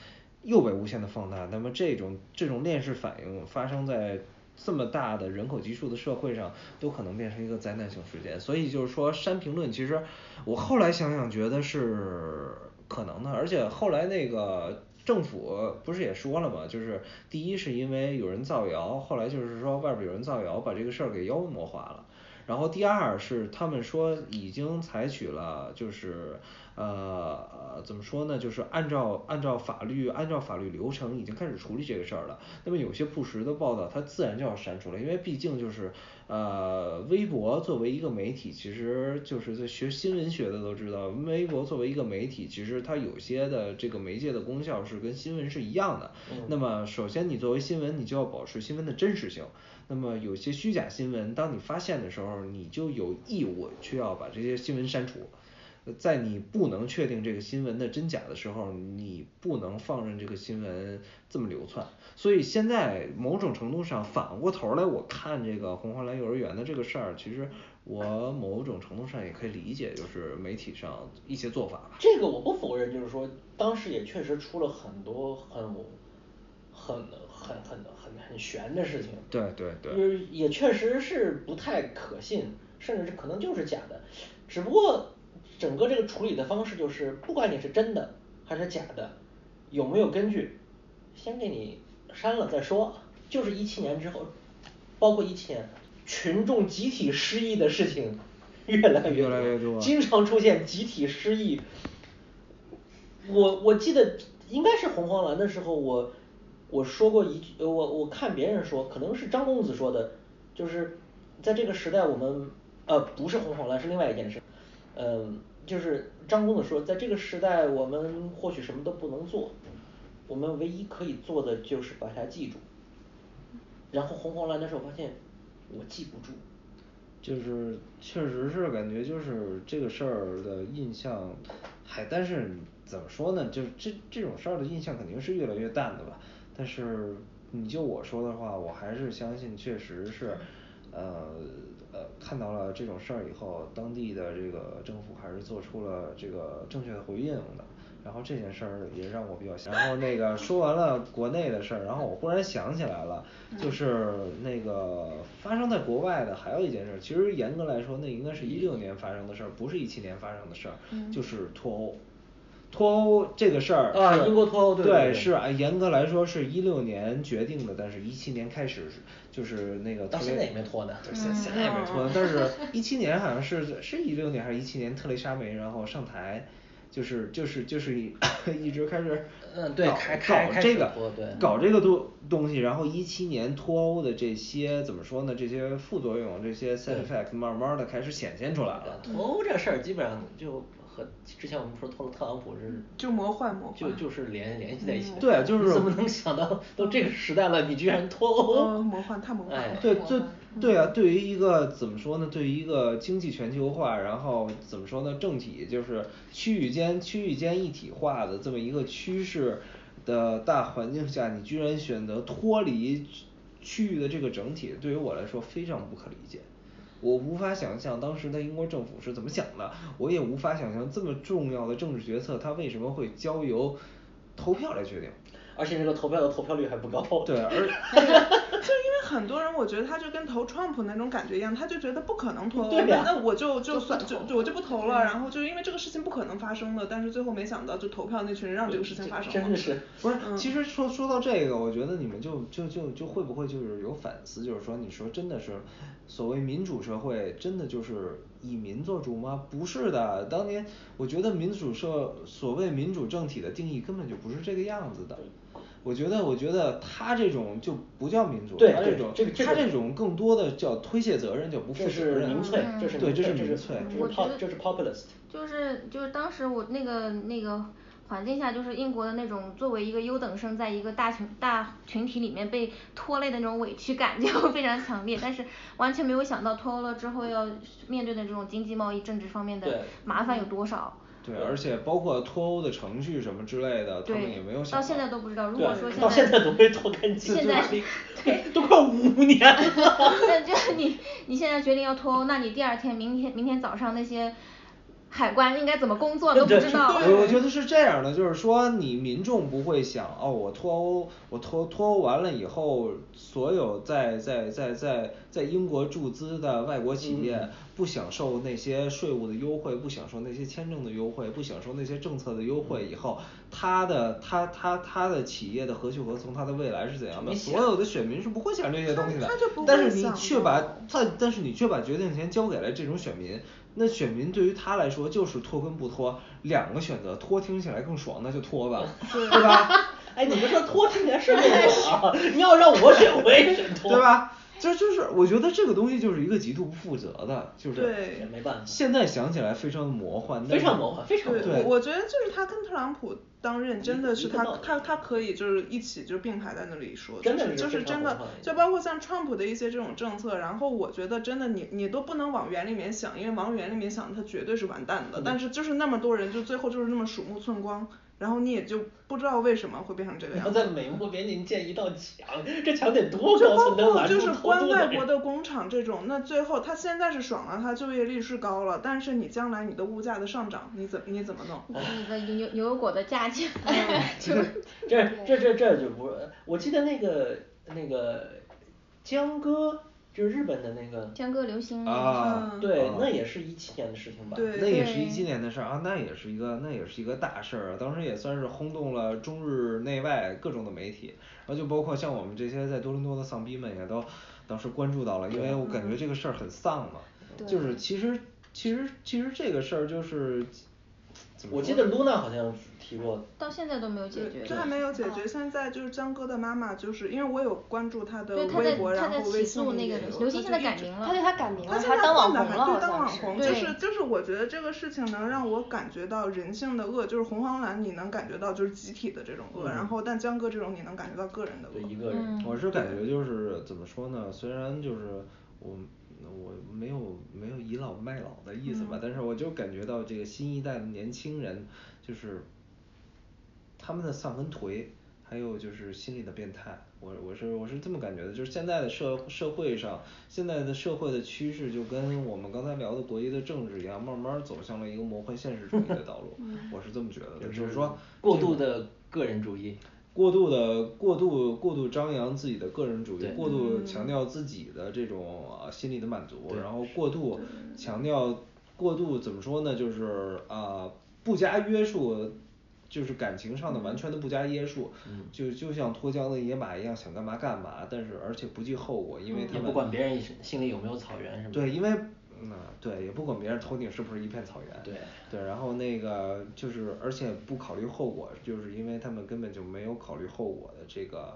Speaker 1: 又被无限的放大。那么这种这种链式反应发生在这么大的人口基数的社会上，都可能变成一个灾难性事件。所以就是说删评论，其实我后来想想觉得是可能的，而且后来那个。政府不是也说了吗？就是第一是因为有人造谣，后来就是说外边有人造谣，把这个事儿给妖魔化了。然后第二是他们说已经采取了，就是呃呃怎么说呢，就是按照按照法律按照法律流程已经开始处理这个事儿了。那么有些不实的报道，它自然就要删除了，因为毕竟就是呃微博作为一个媒体，其实就是在学新闻学的都知道，微博作为一个媒体，其实它有些的这个媒介的功效是跟新闻是一样的。那么首先你作为新闻，你就要保持新闻的真实性。那么有些虚假新闻，当你发现的时候，你就有义务去要把这些新闻删除。呃在你不能确定这个新闻的真假的时候，你不能放任这个新闻这么流窜。所以现在某种程度上，反过头来我看这个红黄蓝幼儿园的这个事儿，其实我某种程度上也可以理解，就是媒体上一些做法吧。
Speaker 5: 这个我不否认，就是说当时也确实出了很多很很很很很很悬的事情。
Speaker 1: 对对对
Speaker 5: 就是也确实是不太可信，甚至是可能就是假的。只不过整个这个处理的方式就是，不管你是真的还是假的，有没有根据，先给你删了再说。就是一七年之后，包括一七年，群众集体失忆的事情 (laughs) 越来越
Speaker 1: 越来越多
Speaker 5: 经常出现集体失忆。我我记得应该是红黄蓝的时候，我我说过一句，呃我我看别人说，可能是张公子说的，就是在这个时代，我们呃不是红黄蓝，是另外一件事，嗯、就是张公子说，在这个时代，我们或许什么都不能做，我们唯一可以做的就是把它记住。然后红黄蓝的时候，我发现我记不住，
Speaker 1: 就是确实是感觉就是这个事儿的印象还，但是怎么说呢，就是这这种事儿的印象肯定是越来越淡的吧。但是你就我说的话，我还是相信确实是，呃呃，看到了这种事儿以后，当地的这个政府还是做出了这个正确的回应的。然后这件事儿也让我比较想，然后那个说完了国内的事儿，然后我忽然想起来了，就是那个发生在国外的还有一件事儿，其实严格来说那应该是一六年发生的事儿，不是一七年发生的事儿，就是脱欧。脱欧这个事儿
Speaker 5: 啊
Speaker 1: 是
Speaker 5: 英国脱欧对对对
Speaker 1: 是啊，严格来说是一六年决定的，但是一七年开始是就是那个
Speaker 5: 到
Speaker 1: 特
Speaker 5: 现
Speaker 1: 雷
Speaker 5: 在也没脱呢
Speaker 1: 对现现在也没脱呢，但是一七年好像是是一六年还是一七年，特蕾莎梅然后上台，就是就是就是一 (coughs) 一直开始
Speaker 5: 嗯对
Speaker 1: 搞
Speaker 5: 开开
Speaker 1: 搞
Speaker 5: 开
Speaker 1: 这
Speaker 5: 始
Speaker 1: 个
Speaker 5: 脱对
Speaker 1: 搞这个东东西，然后一七年脱欧的这些怎么说呢？这些副作用，这些 side effect 慢慢的开始显现出来了。
Speaker 6: 嗯
Speaker 5: 脱欧这事儿基本上就和之前我们说脱了特朗普是
Speaker 6: 嗯就魔幻魔幻嗯
Speaker 5: 就就是联联系在一起的。
Speaker 1: 对啊就是
Speaker 5: 你怎么能想到都这个时代了，你居然脱欧？
Speaker 6: 嗯魔幻太魔幻
Speaker 5: 哎
Speaker 6: 了
Speaker 1: 对，
Speaker 6: 我
Speaker 1: 这对啊，对于一个怎么说呢？对于一个经济全球化，然后怎么说呢？政体就是区域间区域间一体化的这么一个趋势的大环境下，你居然选择脱离区域的这个整体，对于我来说非常不可理解。我无法想象当时的英国政府是怎么想的，我也无法想象这么重要的政治决策，它为什么会交由投票来决定。
Speaker 5: 而且这个投票的投票率还不高。
Speaker 1: 对，而
Speaker 6: (laughs) 就因为很多人，我觉得他就跟投 Trump 那种感觉一样，他就觉得不可能投欧
Speaker 5: 对
Speaker 6: 盟，
Speaker 5: 呀
Speaker 6: 那我就
Speaker 3: 就
Speaker 6: 就
Speaker 3: 不
Speaker 6: 算
Speaker 3: 投
Speaker 6: 就就我就不投
Speaker 5: 嗯
Speaker 6: 了，然后就因为这个事情不可能发生的，但是最后没想到就投票那群人 (laughs) 让这个事情发生了，
Speaker 5: 真的是
Speaker 1: 不是，
Speaker 8: 嗯
Speaker 1: 其实说说到这个，我觉得你们就就就就会不会就是有反思，就是说，你说真的是所谓民主社会，真的就是以民做主吗？不是的，当年我觉得民主社所谓民主政体的定义根本就不是这个样子的。我觉得，我觉得他这种就不叫民主，
Speaker 5: 对
Speaker 1: 他
Speaker 5: 对
Speaker 1: 种
Speaker 5: 这个这
Speaker 1: 他
Speaker 5: 个
Speaker 1: 这种更多的叫推卸责任，叫不负
Speaker 5: 这
Speaker 1: 责
Speaker 5: 是
Speaker 1: 任。
Speaker 5: 民粹，
Speaker 6: 嗯
Speaker 5: 这是
Speaker 1: 对，
Speaker 5: 民粹，
Speaker 1: 这是
Speaker 5: 这
Speaker 1: 民
Speaker 5: 是
Speaker 1: 粹。
Speaker 5: 这
Speaker 8: 我
Speaker 5: 是
Speaker 8: 觉
Speaker 5: pop，
Speaker 8: 得
Speaker 5: 这是 populist。
Speaker 8: 就是就是当时我那个那个环境下，就是英国的那种作为一个优等生，在一个大群大群体里面被拖累的那种委屈感就非常强烈，但是完全没有想到脱欧了之后要面对的这种经济贸易政治方面
Speaker 5: 对
Speaker 8: 的麻烦有多少。
Speaker 1: 对，而且包括脱欧的程序什么之类的，嗯他们
Speaker 8: 对
Speaker 1: 也没有，想
Speaker 8: 到现在都不知道。如
Speaker 5: 对
Speaker 8: 果
Speaker 5: 啊
Speaker 8: 说，
Speaker 5: 到现在都没
Speaker 6: (laughs)
Speaker 5: 脱干净，
Speaker 8: 现在
Speaker 5: 对，都快五年了。
Speaker 8: 那就是你你现在决定要脱欧，那你第二天、明天、明天早上那些海关应该怎么工作都不知道。
Speaker 1: (laughs) 我我觉得是这样的，就是说你民众不会想哦，我脱欧，我脱脱欧完了以后，所有在在在在在英国注资的外国企业不享受那些税务的优惠，不享受那些签证的优惠，不享受那些政策的优惠以后，他的他他他的企业的何去何从，他的未来是怎样的？
Speaker 5: 没
Speaker 1: 所
Speaker 5: 想
Speaker 1: 有的选民是不会想这些东西的
Speaker 6: 他就不，会
Speaker 1: 但是你
Speaker 6: 想
Speaker 1: 却
Speaker 6: 到
Speaker 1: 把他，但是你却把决定权交给了这种选民，那选民对于他来说就是脱跟不脱两个选择，脱听起来更爽，那就脱吧，对
Speaker 6: (laughs)
Speaker 1: 吧？
Speaker 5: 哎，你们说脱听起来是不
Speaker 6: 哎
Speaker 5: 啊？你要让我选，我也选脱，
Speaker 1: 对？吧？这就是我觉得这个东西就是一个极度不负责的，就是
Speaker 6: 对
Speaker 5: 也没办法，
Speaker 1: 现在想起来非常魔幻，但
Speaker 5: 非常
Speaker 1: 是
Speaker 5: 魔幻，非常魔
Speaker 1: 对
Speaker 5: 幻。
Speaker 6: 我我觉得就是他跟特朗普当任真的是
Speaker 5: 一个
Speaker 6: 他
Speaker 5: 道理
Speaker 6: 他他可以就是一起就并排在那里说，就
Speaker 5: 真的
Speaker 6: 是
Speaker 5: 是
Speaker 6: 就是
Speaker 5: 非常
Speaker 6: 真
Speaker 5: 魔
Speaker 6: 的
Speaker 5: 幻，
Speaker 6: 就包括像川普的一些这种政策，然后我觉得真的你你都不能往远里面想，因为往远里面想他绝对是完蛋
Speaker 5: 嗯
Speaker 6: 的，但是就是那么多人就最后就是那么鼠目寸光，然后你也就不知道为什么会变成这个
Speaker 5: 然
Speaker 6: 样
Speaker 5: 后
Speaker 6: 子。嗯
Speaker 5: 在美国边境建一道墙，这墙得多
Speaker 6: 就
Speaker 5: 高
Speaker 6: 包
Speaker 5: 才能
Speaker 6: 括
Speaker 5: 拦
Speaker 6: 就
Speaker 5: 住
Speaker 6: 是
Speaker 5: 偷
Speaker 6: 关
Speaker 5: 渡
Speaker 6: 外
Speaker 5: 的
Speaker 6: 国
Speaker 5: 人？
Speaker 6: 的工厂这种，那最后他现在是爽了，他就业率是高了，但是你将来你的物价的上涨，你怎你怎么弄？
Speaker 8: 你的牛牛油果的价钱，
Speaker 1: (laughs)
Speaker 8: 就
Speaker 5: 这这这这就不是，我记得那个那个江歌，就是日本的那个，
Speaker 8: 江歌流星
Speaker 6: 嗯
Speaker 1: 啊，
Speaker 5: 对
Speaker 1: 啊，
Speaker 5: 那也是一七年的事情吧？
Speaker 6: 哦对
Speaker 1: 那也是一
Speaker 8: 对
Speaker 1: 七年的事儿啊，那也是一个那也是一个大事儿啊，当时也算是轰动了中日内外各种的媒体，然后就包括像我们这些在多伦多的丧逼们也都当时关注到了，因为我感觉这个事儿很丧嘛，就是其实其实其实这个事儿就是，怎么
Speaker 5: 我记
Speaker 1: 说
Speaker 5: 得露娜好像提过，
Speaker 8: 到现在都没有解决。嗯
Speaker 6: 这还没有解决。现在就是江歌的妈妈，就是因为我有关注她的
Speaker 8: 对她
Speaker 6: 微
Speaker 8: 在
Speaker 6: 博，
Speaker 8: 她
Speaker 6: 然
Speaker 8: 在
Speaker 6: 后
Speaker 8: 起
Speaker 6: 微
Speaker 8: 诉
Speaker 6: 信
Speaker 8: 那
Speaker 6: 里
Speaker 8: 个
Speaker 6: 也有
Speaker 8: 刘星
Speaker 6: 她
Speaker 8: 现在
Speaker 6: 就
Speaker 8: 改
Speaker 6: 一直
Speaker 8: 名了
Speaker 3: 他对他改名
Speaker 6: 她
Speaker 3: 了，
Speaker 6: 现在
Speaker 3: 当网
Speaker 6: 换
Speaker 3: 红
Speaker 6: 的
Speaker 3: 了，
Speaker 6: 还对，
Speaker 3: 好
Speaker 6: 当网
Speaker 3: 像是。
Speaker 6: 红
Speaker 8: 对
Speaker 6: 就是就是，我觉得这个事情能让我感觉到人性的恶，就是红黄蓝你能感觉到就是集体的这种恶，然后但江歌这种你能感觉到个人的恶
Speaker 5: 嗯对。一个
Speaker 6: 嗯
Speaker 5: 人，
Speaker 1: 我是感觉就是怎么说呢？虽然就是我我没有没有倚老卖老的意思吧，但是我就感觉到这个新一代的年轻人，就是他们的丧跟颓，还有就是心理的变态，我我是我是这么感觉的，就是现在的社社会上，现在的社会的趋势就跟我们刚才聊的国际的政治一样，慢慢走向了一个魔幻现实主义的道路，我是这么觉得的，就是说
Speaker 5: 过度的个人主义。
Speaker 1: 过度的过度过度张扬自己的个人主义
Speaker 5: 对，
Speaker 1: 过度强调自己的这种呃心理的满足，然后过度强调过度怎么说呢？就是啊不加约束，就是感情上的完全的不加约束，
Speaker 5: 嗯
Speaker 1: 就就像脱缰的野马一样，想干嘛干嘛，但是而且不计后果，因为他
Speaker 5: 嗯也
Speaker 1: 们
Speaker 5: 不管别人心里有没有草原什么的。
Speaker 1: 对，因为嗯，对，也不管别人头顶是不是一片草原。
Speaker 5: 对
Speaker 1: 对，然后那个就是，而且不考虑后果，就是因为他们根本就没有考虑后果的这个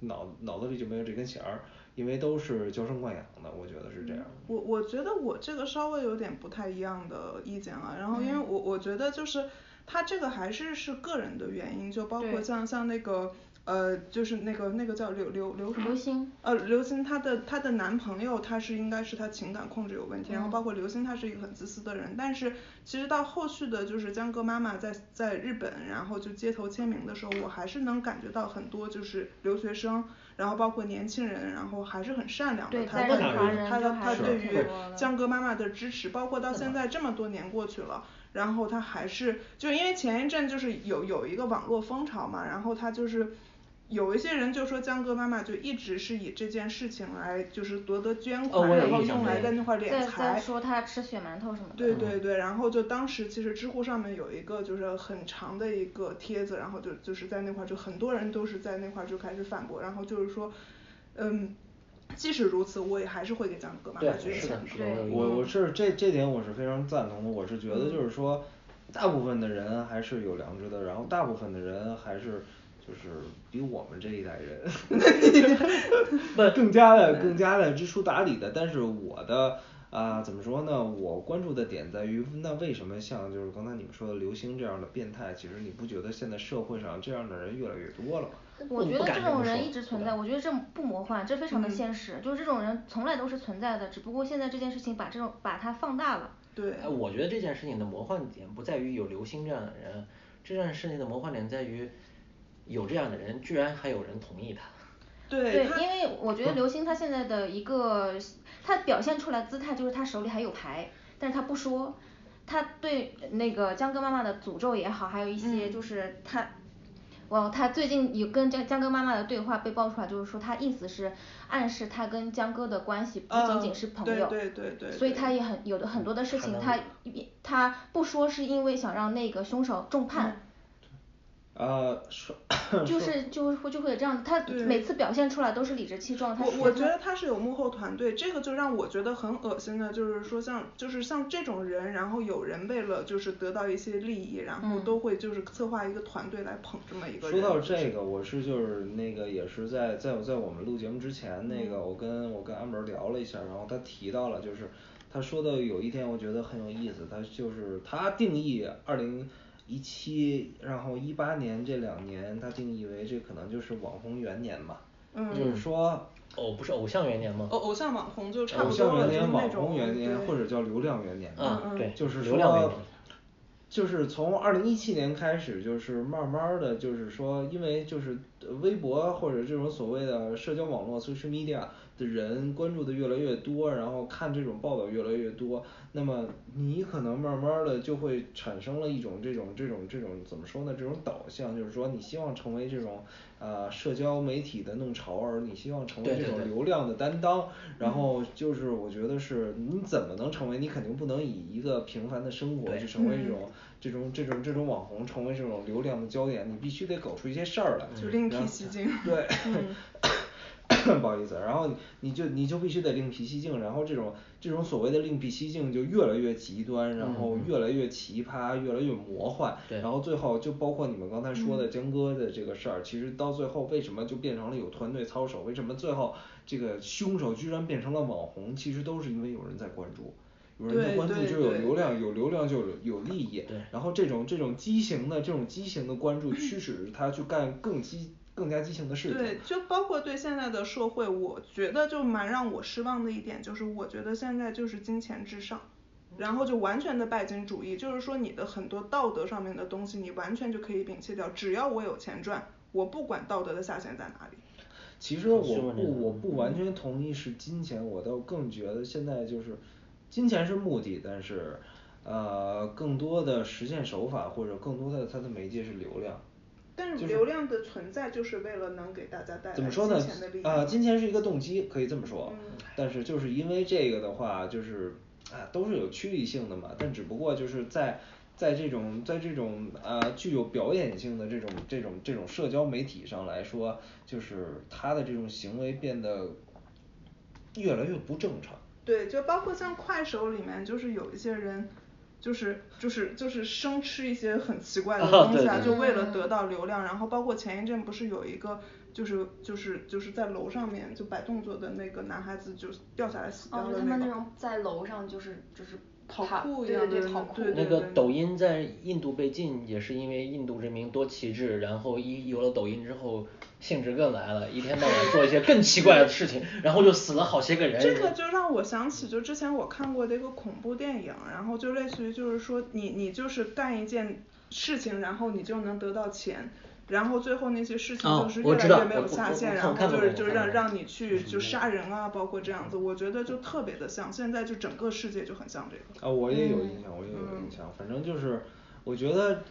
Speaker 1: 脑脑子里就没有这根弦儿，因为都是娇生惯养的，我觉得是这样。
Speaker 6: 我我觉得我这个稍微有点不太一样的意见啊，然后
Speaker 8: 嗯
Speaker 6: 因为我我觉得就是他这个还是是个人的原因，就包括
Speaker 8: 对
Speaker 6: 像像那个呃，就是那个那个叫刘刘刘什么
Speaker 8: 刘星，
Speaker 6: 呃，刘星她的她的男朋友他是应该是她情感控制有问题，
Speaker 8: 嗯
Speaker 6: 然后包括刘星她是一个很自私的人，但是其实到后续的就是江歌妈妈在在日本，然后就街头签名的时候，我还是能感觉到很多就是留学生，然后包括年轻人，然后还是很善良的，
Speaker 8: 对
Speaker 6: 他
Speaker 8: 在
Speaker 6: 对
Speaker 8: 日华人
Speaker 6: 于他
Speaker 8: 就
Speaker 6: 的
Speaker 8: 还
Speaker 6: 他
Speaker 8: 是
Speaker 6: 对
Speaker 8: 挺
Speaker 6: 于
Speaker 8: 多的
Speaker 6: 江歌妈妈的支持，包括到现在这么多年过去了。然后他还是，就因为前一阵就是有有一个网络风潮嘛，然后他就是有一些人就说江哥妈妈就一直是以这件事情来就是夺得捐
Speaker 5: 哦
Speaker 6: 款，
Speaker 5: 我有
Speaker 6: 然后
Speaker 5: 印象
Speaker 6: 用来
Speaker 5: 这个
Speaker 6: 在那块儿敛
Speaker 8: 在在
Speaker 6: 财。
Speaker 8: 说他吃血馒头什么的。
Speaker 5: 嗯
Speaker 6: 对对对，然后就当时其实知乎上面有一个就是很长的一个帖子，然后就就是在那块儿就很多人都是在那块儿就开始反驳，然后就是说，嗯，即使如此，我也还是会给江哥妈
Speaker 5: 对
Speaker 6: 妈捐
Speaker 5: 是
Speaker 6: 钱
Speaker 5: 的。是的
Speaker 8: 对
Speaker 1: 我我是这这点我是非常赞同的，我是觉得就是说，大部分的人还是有良知的，然后大部分的人还是就是比我们这一代人更加的更加的知书达理的，但是我的。啊，怎么说呢？我关注的点在于，那为什么像就是刚才你们说的刘星这样的变态，其实你不觉得现在社会上这样的人越来越多了吗？
Speaker 5: 不
Speaker 8: 我觉得
Speaker 5: 敢这
Speaker 8: 这种
Speaker 5: 么
Speaker 8: 人
Speaker 5: 说
Speaker 8: 一直
Speaker 5: 不
Speaker 8: 存
Speaker 5: 敢
Speaker 8: 在，我觉得这不魔幻，这非
Speaker 6: 嗯
Speaker 8: 常的现实，就是这种人从来都是存在的，只不过现在这件事情把这种把它放大了。
Speaker 6: 对，
Speaker 5: 哎，我觉得这件事情的魔幻点不在于有刘星这样的人，这件事情的魔幻点在于有这样的人，居然还有人同意他。
Speaker 6: 对他嗯
Speaker 8: 因为我觉得刘星他现在的一个，他表现出来姿态就是他手里还有牌，但是他不说，他对那个江歌妈妈的诅咒也好，还有一些
Speaker 6: 嗯
Speaker 8: 就是他。哇，他最近有跟江江歌妈妈的对话被爆出来，就是说他意思是暗示他跟江歌的关系不仅仅
Speaker 6: 嗯
Speaker 8: 是朋
Speaker 6: 对
Speaker 8: 友，
Speaker 6: 对对对
Speaker 8: 所以
Speaker 6: 对
Speaker 8: 他也很有的很多的事情，他他不说是因为想让那个凶手重判，
Speaker 1: 啊，说
Speaker 8: 就
Speaker 1: 说
Speaker 8: 是就会就会有这样，他
Speaker 6: 嗯对
Speaker 8: 每次表现出来都是理直气壮，他
Speaker 6: 我我觉得
Speaker 8: 他
Speaker 6: 他是有幕后团队，这个就让我觉得很恶心的，就是说像就是像这种人，然后有人为了就是得到一些利益，然后
Speaker 8: 嗯
Speaker 6: 都会就是策划一个团队来捧这么一个
Speaker 1: 说
Speaker 6: 人。
Speaker 1: 到
Speaker 6: 就是
Speaker 1: 这个，我是就是那个也是在在我在我们录节目之前，那
Speaker 6: 嗯
Speaker 1: 个我跟我跟安博聊了一下，然后他提到了就是他说的有一点我觉得很有意思，他就是他定义二零一七，然后一八年这两年，他定义为这可能就是网红元年嘛，
Speaker 6: 嗯
Speaker 1: 就是说
Speaker 5: 哦，不是偶像元年吗？
Speaker 6: 偶偶像网红就差
Speaker 1: 偶
Speaker 6: 不多
Speaker 1: 像
Speaker 6: 了，
Speaker 1: 元
Speaker 6: 就是
Speaker 1: 年、
Speaker 6: 那
Speaker 1: 网
Speaker 6: 种
Speaker 1: 红元年
Speaker 6: 对
Speaker 1: 或者叫流量元年吧，
Speaker 5: 嗯对
Speaker 1: 就是
Speaker 5: 流量元
Speaker 1: 说
Speaker 5: 年。
Speaker 1: 就是从二零一七年开始，就是慢慢的就是说，因为就是呃微博或者这种所谓的社交网络 social media 的人关注的越来越多，然后看这种报道越来越多，那么你可能慢慢的就会产生了一种这种这种这种怎么说呢？这种导向，就是说你希望成为这种呃社交媒体的弄潮儿，你希望成为这
Speaker 5: 对对
Speaker 1: 种
Speaker 5: 对
Speaker 1: 流量的担当，然
Speaker 5: 嗯
Speaker 1: 后就是我觉得是你怎么能成为？你肯定不能以一个平凡的生活
Speaker 5: 对嗯
Speaker 1: 去成为这种这种这种这种网红，成为这种流量的焦点，你必须得搞出一些事
Speaker 5: 嗯
Speaker 1: 儿来。
Speaker 6: 就另
Speaker 1: 然后
Speaker 6: 辟蹊径。嗯
Speaker 1: 对， (coughs) 不好意思，然后你就你就必须得另辟蹊径，然后这种这种所谓的另辟蹊径就越来越极端，然后越来越奇葩，越来越魔幻，
Speaker 5: 嗯对
Speaker 1: 然后最后就包括你们刚才说
Speaker 6: 嗯
Speaker 1: 的江哥的这个事儿，其实到最后为什么就变成了有团队操守？为什么最后这个凶手居然变成了网红？其实都是因为有人在关注。有人在
Speaker 6: 对
Speaker 1: 关注
Speaker 6: 对
Speaker 1: 就有
Speaker 6: 对
Speaker 1: 流量，有流量就有有利益，然后这种这种畸形的这种畸形的关注，驱使他去干更激更加畸形的事情。
Speaker 6: 对，就包括对现在的社会，我觉得就蛮让我失望的一点就是，我觉得现在就是金钱至上，然后就完全的拜金主义，就是说你的很多道德上面的东西，你完全就可以摒弃掉，只要我有钱赚，我不管道德的下限在哪里。
Speaker 1: 其实我
Speaker 5: 是吗这个嗯
Speaker 1: 不我不完全同意是金钱，我倒更觉得现在就是，金钱是目的，但是，呃，更多的实现手法或者更多的它的媒介是流量。
Speaker 6: 但
Speaker 1: 就是
Speaker 6: 流量的存在就是为了能给大家带
Speaker 1: 怎
Speaker 6: 来金
Speaker 1: 么说呢
Speaker 6: 钱的利益？。
Speaker 1: 呃，金钱是一个动机，可以这么说。
Speaker 6: 嗯
Speaker 1: 但是就是因为这个的话，就是啊，都是有趋利性的嘛。但只不过就是在在这种在这种呃具有表演性的这种这种这种社交媒体上来说，就是他的这种行为变得越来越不正常。
Speaker 6: 对，就包括像快手里面，就是有一些人，就是就是就是生吃一些很奇怪的东西啊，就为了得到流量。然后包括前一阵不是有一个，就是就是就是在楼上面就摆动作的那个男孩子，就是掉下来死掉
Speaker 3: 哦，
Speaker 6: 的
Speaker 3: 他们那
Speaker 6: 那个。
Speaker 3: 种在楼上就是就是
Speaker 6: 跑
Speaker 3: 爬
Speaker 6: 酷一
Speaker 3: 对
Speaker 6: 样
Speaker 3: 对
Speaker 6: 的
Speaker 3: 对，跑
Speaker 6: 那
Speaker 3: 酷。
Speaker 6: 对
Speaker 5: 那
Speaker 6: 对
Speaker 5: 个
Speaker 6: 对
Speaker 5: 抖音在印度被禁，也是因为印度人民多旗帜，然后一有了抖音之后，兴致更来了，一天到晚做一些更奇怪的事情，然后就死了好些个人。
Speaker 6: 这个就让我想起，就之前我看过的一个恐怖电影，然后就类似于就是说你你就是干一件事情，然后你就能得到钱，然后最后那些事情
Speaker 5: 哦
Speaker 6: 就是
Speaker 5: 我
Speaker 6: 越来
Speaker 5: 知道
Speaker 6: 越没
Speaker 5: 我
Speaker 6: 有
Speaker 5: 我
Speaker 6: 下
Speaker 5: 我
Speaker 6: 限，
Speaker 5: 我
Speaker 6: 然后
Speaker 5: 看
Speaker 6: 就
Speaker 5: 过
Speaker 6: 是
Speaker 5: 那
Speaker 6: 就
Speaker 5: 个
Speaker 6: 让
Speaker 5: 看
Speaker 6: 让
Speaker 5: 过
Speaker 6: 你去就杀人啊，包括这样子，我觉得就特别的像，现在就整个世界就很像这个。
Speaker 1: 啊，我也有印象，我也有印象。反正就是， (coughs) 我觉得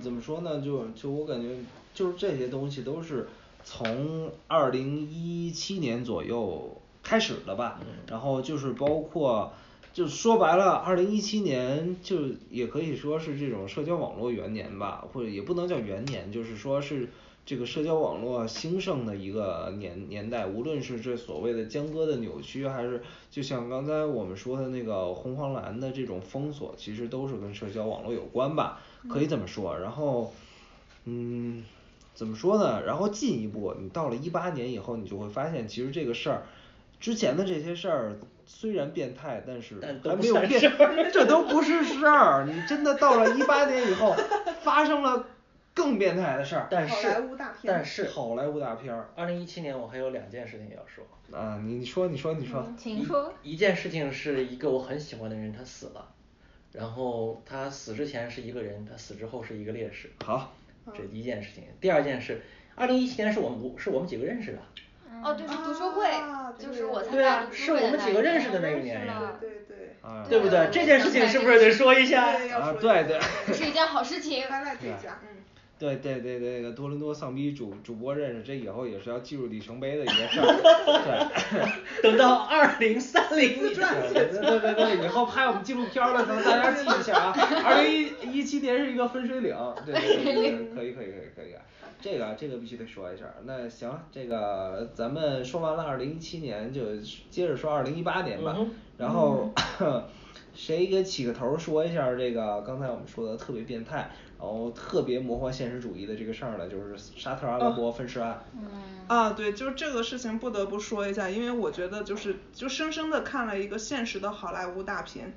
Speaker 1: 怎么说呢，就就我感觉就是这些东西都是从二零一七年左右开始的吧，然后就是包括。就说白了，二零一七年就也可以说是这种社交网络元年吧，或者也不能叫元年，就是说是这个社交网络兴盛的一个年年代。无论是这所谓的江歌的扭曲，还是就像刚才我们说的那个红黄蓝的这种封锁，其实都是跟社交网络有关吧，可以这么说。然后，嗯，怎么说呢？然后进一步，你到了一八年以后，你就会发现，其实这个事儿，之前的这些事儿虽然变态，但是
Speaker 5: 但都
Speaker 1: 还
Speaker 5: 不
Speaker 1: 没有
Speaker 5: 算
Speaker 1: 变
Speaker 5: 事
Speaker 1: (laughs)
Speaker 5: 儿，
Speaker 1: 这都不是事儿。你真的到了一八年以后，发生了更变态的事儿。
Speaker 5: 但是
Speaker 6: 好莱坞大片
Speaker 5: 但是
Speaker 1: 好莱坞大片儿
Speaker 5: 二零一七年我还有两件事情要说，
Speaker 1: 啊，你你说你说你说，
Speaker 8: 请说。
Speaker 5: 一件事情是一个我很喜欢的人他死了，然后他死之前是一个人，他死之后是一个烈士。
Speaker 1: 好，
Speaker 5: 这一件事情。第二件事，二零一七年是我们五是我们几个认识的，
Speaker 3: 哦，对，是读书会
Speaker 6: 啊，对
Speaker 3: 就是我参
Speaker 5: 对
Speaker 3: 加
Speaker 5: 啊
Speaker 3: 读，
Speaker 5: 是
Speaker 3: 书
Speaker 5: 我
Speaker 3: 会的
Speaker 5: 们
Speaker 3: 那
Speaker 5: 几
Speaker 3: 一
Speaker 5: 个认
Speaker 3: 年
Speaker 5: 识的那一
Speaker 6: 对
Speaker 5: 年呀，
Speaker 6: 对对，
Speaker 1: 啊，
Speaker 5: 对不对？这件事情是不是得说一下？
Speaker 6: 对要
Speaker 1: 啊
Speaker 6: 说，
Speaker 1: 对对。
Speaker 3: 是一件好事情。
Speaker 6: 咱俩对家， (laughs) 嗯，
Speaker 1: (laughs) 对对对对，那个多伦多丧逼主主播认识，这以后也是要进入里程碑的一件事
Speaker 6: (laughs)
Speaker 1: 儿。
Speaker 5: (laughs) 等到二零三零年，
Speaker 1: 对，对对对对，以后拍我们纪录片儿的时候，大家记一下啊。二零一一七年是一个分水岭，对对对对，可以可以可以可以啊。这个啊这个必须得说一下儿。那行了，这个咱们说完了二零一七年，就接着说二零一八年吧。
Speaker 5: 嗯哼
Speaker 1: 然后谁给起个头儿说一下儿这个刚才我们说的特别变态，然后特别魔幻现实主义的这个事儿呢，就是沙特阿拉伯分尸案。
Speaker 6: 啊，对，就这个事情不得不说一下，因为我觉得就是就生生的看了一个现实的好莱坞大片。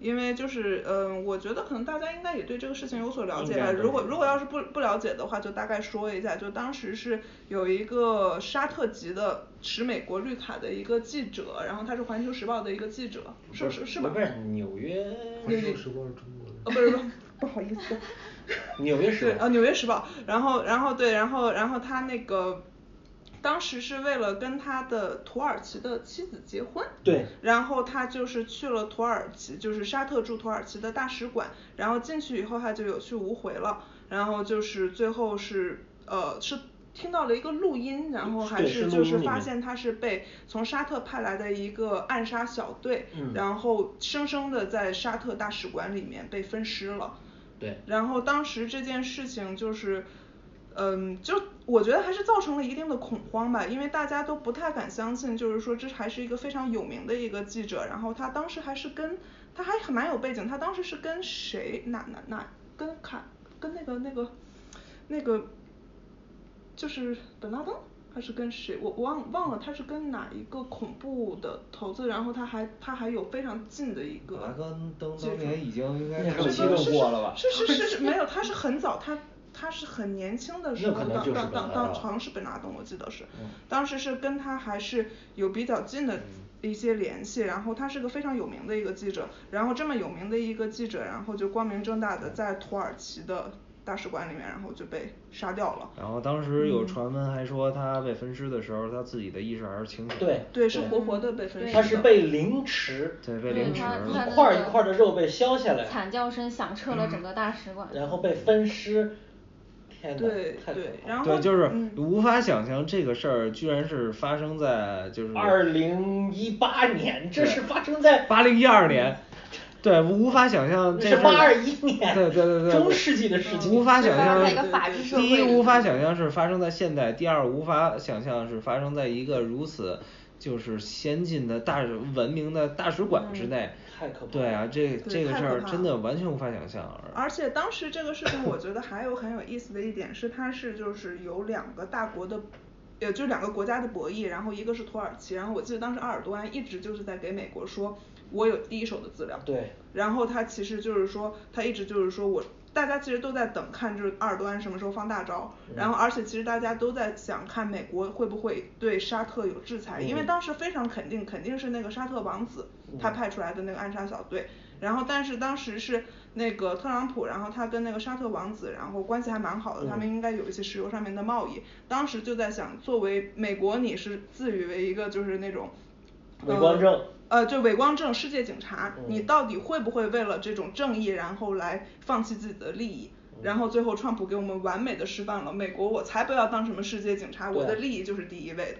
Speaker 6: 因为就是，嗯，我觉得可能大家应该也对这个事情有所了解
Speaker 5: 应
Speaker 6: 吧。
Speaker 5: 该对
Speaker 6: 如果如果要是不不了解的话，就大概说一下。就当时是有一个沙特籍的持美国绿卡的一个记者，然后他是《环球时报》的一个记者，是不是是吧？
Speaker 5: 不是纽约，
Speaker 7: 时光是中国人。
Speaker 6: 哦，不是不
Speaker 5: (laughs)
Speaker 6: 是，不好意思。
Speaker 5: 纽约
Speaker 6: 对，
Speaker 5: 时
Speaker 6: 啊，《
Speaker 5: 报。
Speaker 6: 纽约时报》，然后，然后对，然后，然后他那个，当时是为了跟他的土耳其的妻子结婚，
Speaker 5: 对
Speaker 6: 然后他就是去了土耳其，就是沙特驻土耳其的大使馆，然后进去以后他就有去无回了，然后就是最后是呃是。听到了一个录音，然后还
Speaker 5: 对是
Speaker 6: 是
Speaker 5: 录
Speaker 6: 就
Speaker 5: 音
Speaker 6: 是
Speaker 5: 里
Speaker 6: 发
Speaker 5: 面
Speaker 6: 现他是被从沙特派来的一个暗杀小队，
Speaker 5: 嗯
Speaker 6: 然后生生的在沙特大使馆里面被分尸了。
Speaker 5: 对，
Speaker 6: 然后当时这件事情就是，嗯，就我觉得还是造成了一定的恐慌吧，因为大家都不太敢相信，就是说这还是一个非常有名的一个记者，然后他当时还是跟他还很蛮有背景，他当时是跟谁哪哪哪跟卡跟那个那个那个就是本拉登还是跟谁，我我忘忘了他是跟哪一个恐怖的头子，然后他还他还有非常近的一个
Speaker 1: 本拉登登
Speaker 6: 接触
Speaker 1: 当年已经应该
Speaker 5: 那时候
Speaker 1: 更
Speaker 5: 激
Speaker 1: 激
Speaker 5: 动
Speaker 1: 动过了吧？
Speaker 6: 是是是是，没有，他是很早，他他是很年轻的时
Speaker 5: 那
Speaker 6: 候，
Speaker 5: 可能
Speaker 6: 当
Speaker 5: 就是
Speaker 6: 当当
Speaker 5: 本拉
Speaker 6: 当，
Speaker 5: 登
Speaker 6: 好像是本拉登，我记得是
Speaker 5: 嗯，
Speaker 6: 当时是跟他还是有比较近的一些联系，然后他是个非常有名的一个记者，然后这么有名的一个记者，然后就光明正大的在土耳其的大使馆里面，然后就被杀掉了。
Speaker 1: 然后当时有传闻还说他被分尸的时候，他自己的意识还是清醒的。
Speaker 5: 对
Speaker 6: 对，是活活的被分尸
Speaker 5: 他
Speaker 6: 的。
Speaker 5: 是被凌迟，
Speaker 1: 对，被
Speaker 8: 对
Speaker 1: 凌迟
Speaker 8: 他
Speaker 1: 了。
Speaker 8: 他
Speaker 5: 一块儿一块儿的肉被削下来，嗯
Speaker 8: 惨叫声响彻了整个大使馆。
Speaker 5: 然后被分尸。天哪，
Speaker 6: 对
Speaker 5: 太可
Speaker 6: 对
Speaker 5: 怕了
Speaker 6: 然后
Speaker 1: 对，就是
Speaker 6: 嗯
Speaker 1: 无法想象这个事儿居然是发生在就是
Speaker 5: 二零一八年，这是发生在
Speaker 1: 八零一二年，对，无法想象这
Speaker 5: 嗯是
Speaker 1: 事儿
Speaker 5: 八二一年，
Speaker 1: 对对对对，
Speaker 5: 中世纪的事情。
Speaker 1: 无法
Speaker 3: 是
Speaker 1: 想
Speaker 3: 发生
Speaker 1: 象
Speaker 3: 在一个法治社
Speaker 1: 第一
Speaker 3: 会
Speaker 1: 无
Speaker 3: 里
Speaker 1: 法
Speaker 3: 面
Speaker 1: 想象是发生在现代，第二无法想象是发生在一个如此就是先进的大使文明的大使馆
Speaker 3: 嗯
Speaker 1: 之内。
Speaker 5: 太可怕
Speaker 1: 对啊，
Speaker 5: 了
Speaker 1: 这
Speaker 6: 对
Speaker 1: 这个
Speaker 6: 太
Speaker 1: 事
Speaker 6: 可
Speaker 1: 儿
Speaker 6: 怕
Speaker 1: 真
Speaker 6: 了
Speaker 1: 的完全无法想象。
Speaker 6: 而且当时这个事情，我觉得还有很有意思的一点是，它是就是有两个大国的，也就两个国家的博弈，然后一个是土耳其，然后我记得当时埃尔多安一直就是在给美国说，我有第一手的资料。
Speaker 5: 对。
Speaker 6: 然后他其实就是说，他一直就是说我，大家其实都在等看，就是埃尔多安什么时候放大招，然后而且其实大家都在想看美国会不会对沙特有制裁，因为
Speaker 5: 嗯
Speaker 6: 当时非常肯定，肯定是那个沙特王子他派出来的那个暗杀小队。然后，但是当时是那个特朗普，然后他跟那个沙特王子，然后关系还蛮好的，他们应该有一些石油上面的贸易。当时就在想，作为美国，你是自诩为一个就是那种嗯
Speaker 5: 伪光正
Speaker 6: 呃，就伪光正世界警察，你
Speaker 5: 嗯
Speaker 6: 到底会不会为了这种正义，然后来放弃自己的利益？
Speaker 5: 嗯
Speaker 6: 然后最后川普给我们完美的示范了，美国我才不要当什么世界警察，我的
Speaker 5: 对
Speaker 6: 利益就是第一位的。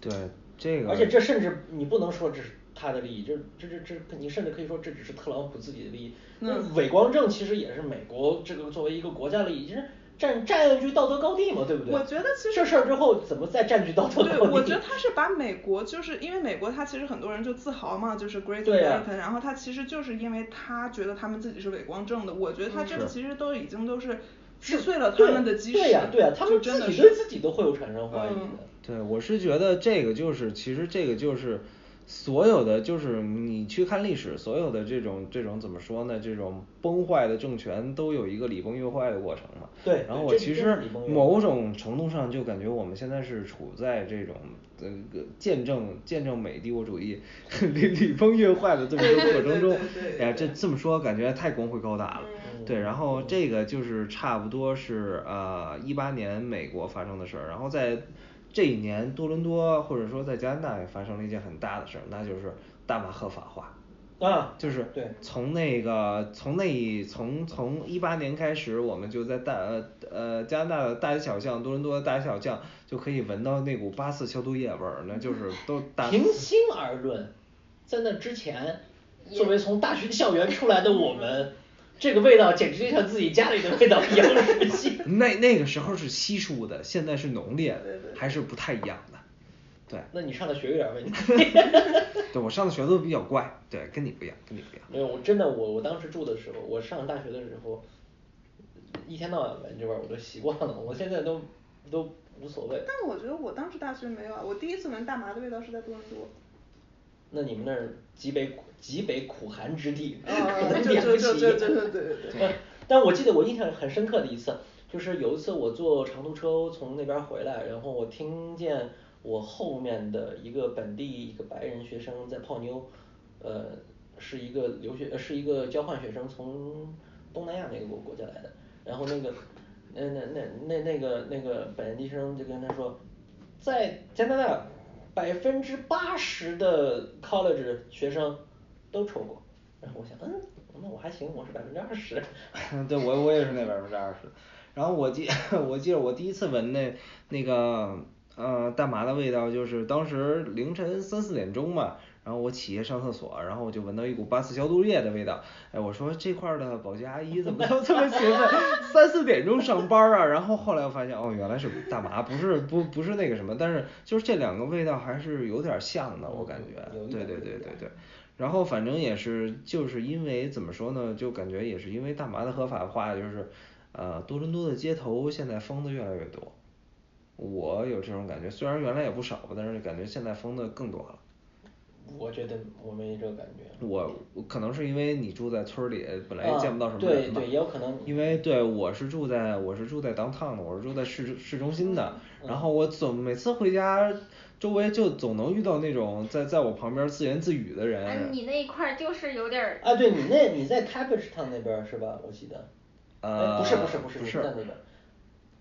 Speaker 1: 对这个，
Speaker 5: 而且这甚至你不能说这是他的利益，这这这这，你甚至可以说这只是特朗普自己的利益。那
Speaker 6: 嗯
Speaker 5: 伪光正其实也是美国这个作为一个国家利益，就是占占据道德高地嘛，对不对？
Speaker 6: 我觉得其实
Speaker 5: 这事儿之后怎么再占据道德高地？
Speaker 6: 对，我觉得他是把美国，就是因为美国，他其实很多人就自豪嘛，就是 Great
Speaker 5: 对呀
Speaker 6: American，、然后他其实就是因为他觉得他们自己是伪光正的，我觉得他这个
Speaker 7: 是
Speaker 6: 其实都已经都是击
Speaker 5: 是
Speaker 6: 碎了他们的基石，
Speaker 5: 对呀、对呀、他
Speaker 6: 就
Speaker 5: 们自
Speaker 6: 真的
Speaker 5: 己
Speaker 6: 是
Speaker 5: 对自己都会有产生怀疑的。
Speaker 6: 嗯
Speaker 1: 对，我是觉得这个就是，其实这个就是所有的，就是你去看历史，所有的这种这种怎么说呢？这种崩坏的政权都有一个礼崩乐坏的过程嘛。
Speaker 5: 对
Speaker 1: 然后
Speaker 5: 对
Speaker 1: 我
Speaker 5: 这
Speaker 1: 其
Speaker 5: 这
Speaker 1: 实
Speaker 5: 是礼崩乐坏
Speaker 1: 某种程度上就感觉我们现在是处在这种呃见证见证美帝国主义礼礼崩乐坏的这么一个过程中
Speaker 6: 对对对对，
Speaker 1: 哎呀，这这么说感觉太光辉高大了。对，然后这个就是差不多是呃一八年美国发生的事儿，然后在这一年多伦多或者说在加拿大也发生了一件很大的事儿，那就是大麻合法化。
Speaker 5: 啊，
Speaker 1: 就是
Speaker 5: 对，
Speaker 1: 从那个从那一从从一八年开始，我们就在大呃呃加拿大的大街小巷，多伦多的大街小巷就可以闻到那股八四消毒液味儿，那就是
Speaker 5: (laughs)
Speaker 1: 都大
Speaker 5: 平心而论，在那之前，
Speaker 3: 也
Speaker 5: 作为从大学校园出来的我们，这个味道简直就像自己家里的味道一样熟悉。
Speaker 1: 那那个时候是稀疏的，现在是浓烈的，还是不太一样的。 (laughs) 对，
Speaker 5: 那你上的学有点问题。 (laughs)
Speaker 1: 对我上的学都比较怪，对，跟你不一样，跟你不一样。
Speaker 5: 没有，我真的我我当时住的时候，我上大学的时候，一天到晚闻这味儿我都习惯了，我现在都都无所谓。
Speaker 6: 但我觉得我当时大学没有啊，我第一次闻大麻的味道是在多伦
Speaker 1: (laughs)
Speaker 6: 多。
Speaker 5: 那你们那儿极北苦极北苦寒之地，
Speaker 6: 啊
Speaker 5: (laughs) 可能
Speaker 6: 就
Speaker 5: 点不
Speaker 6: 就就
Speaker 5: 起
Speaker 6: 就就对对对
Speaker 5: 呃 (laughs) 但我记得我印象很深刻的一次，就是有一次我坐长途车从那边儿回来，然后我听见我后面的一个本地一个白人学生在泡妞，呃，是一个留学，呃，是一个交换学生从东南亚那个国国家来的，然后那个，那那那那那个那个本地生就跟他说，在加拿大百分之八十的 college 学生都抽过，然后我想，嗯，那我还行，我是百分之二十。 (laughs)
Speaker 1: 嗯对我我也是那百分之二十。然后我记 (laughs) 我记得我第一次闻那那个呃大麻的味道，就是当时凌晨三四点钟嘛，然后我起夜上厕所，然后我就闻到一股八四消毒液的味道。哎，我说这块儿的保洁阿姨怎么都这么勤奋，三四点钟上班儿啊？然后后来我发现哦，原来是大麻，不是不不是那个什么，但是就是这两个味道还是有点儿像的，我感觉
Speaker 5: 有。一
Speaker 1: 对
Speaker 5: 点
Speaker 1: 对
Speaker 5: 有
Speaker 1: 对
Speaker 5: 一
Speaker 1: 对
Speaker 5: 点
Speaker 1: 对。然后反正也是，就是因为怎么说呢，就感觉也是因为大麻的合法化，就是，呃，多伦多的街头现在疯的越来越多。我有这种感觉，虽然原来也不少吧，但是感觉现在疯的更多了。
Speaker 5: 我觉得我没这个感觉。
Speaker 1: 我我可能是因为你住在村儿里，本来也
Speaker 5: 啊
Speaker 1: 见不到什么
Speaker 5: 对
Speaker 1: 人嘛。
Speaker 5: 对也有可能
Speaker 1: 因为对我是住在我是住在 downtown 的，我是住在市市中心的，
Speaker 5: 嗯
Speaker 1: 然后我总每次回家，周围就总能遇到那种在在我旁边自言自语的人。
Speaker 8: 哎，你那一块儿就是有点儿，
Speaker 5: 啊，对你那你在 Cabbage Town 那边儿是吧？我记得。
Speaker 1: 呃
Speaker 5: 哎不是不是不是
Speaker 1: 不
Speaker 5: 你
Speaker 1: 是
Speaker 5: 在那边儿，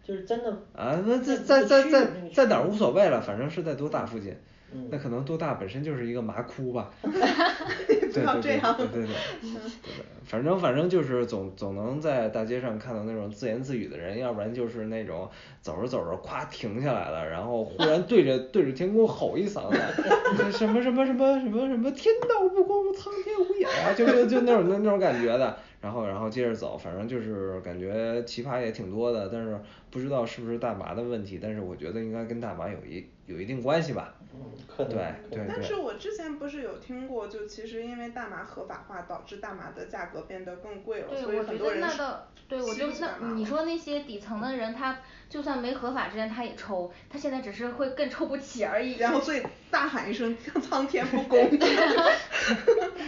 Speaker 5: 就是真的。
Speaker 1: 啊，那在
Speaker 5: 个
Speaker 1: 在在
Speaker 5: 区域
Speaker 1: 在
Speaker 5: 那个区
Speaker 1: 在
Speaker 5: 域
Speaker 1: 哪儿无所谓了，反正是在多大附近。
Speaker 5: 嗯
Speaker 1: 那可能多大本身就是一个麻窟
Speaker 5: (laughs)
Speaker 1: 吧。
Speaker 6: 不
Speaker 1: 对
Speaker 6: 要
Speaker 1: 对
Speaker 6: 这
Speaker 1: 对
Speaker 6: 样
Speaker 1: 对对对对对，反正反正就是总总能在大街上看到那种自言自语的人，要不然就是那种走着走着咵停下来了，然后忽然对着对着天空吼一嗓子， (laughs) 什么什么什么什么什么天道不光，苍天无眼啊，就就就那种那那种感觉的。然后然后接着走，反正就是感觉奇葩也挺多的，但是不知道是不是大麻的问题，但是我觉得应该跟大麻有一有一定关系吧。
Speaker 5: 嗯，可能。
Speaker 1: 对
Speaker 5: 可
Speaker 1: 对
Speaker 5: 能
Speaker 6: 但是我之前不是有听过，就其实因为大麻合法化，导致大麻的价格变得更贵了，
Speaker 8: 对，
Speaker 6: 所以
Speaker 8: 我
Speaker 6: 很
Speaker 8: 觉
Speaker 6: 多
Speaker 8: 得
Speaker 6: 人
Speaker 8: 那倒，对我
Speaker 6: 吸
Speaker 8: 就
Speaker 6: 不起大麻
Speaker 8: 那你
Speaker 6: 了
Speaker 8: 说那些底层的人，他就算没合法之前他也抽，他现在只是会更抽不起而已。
Speaker 6: 然后所以大喊一声“苍天不
Speaker 8: (laughs)
Speaker 6: 公”，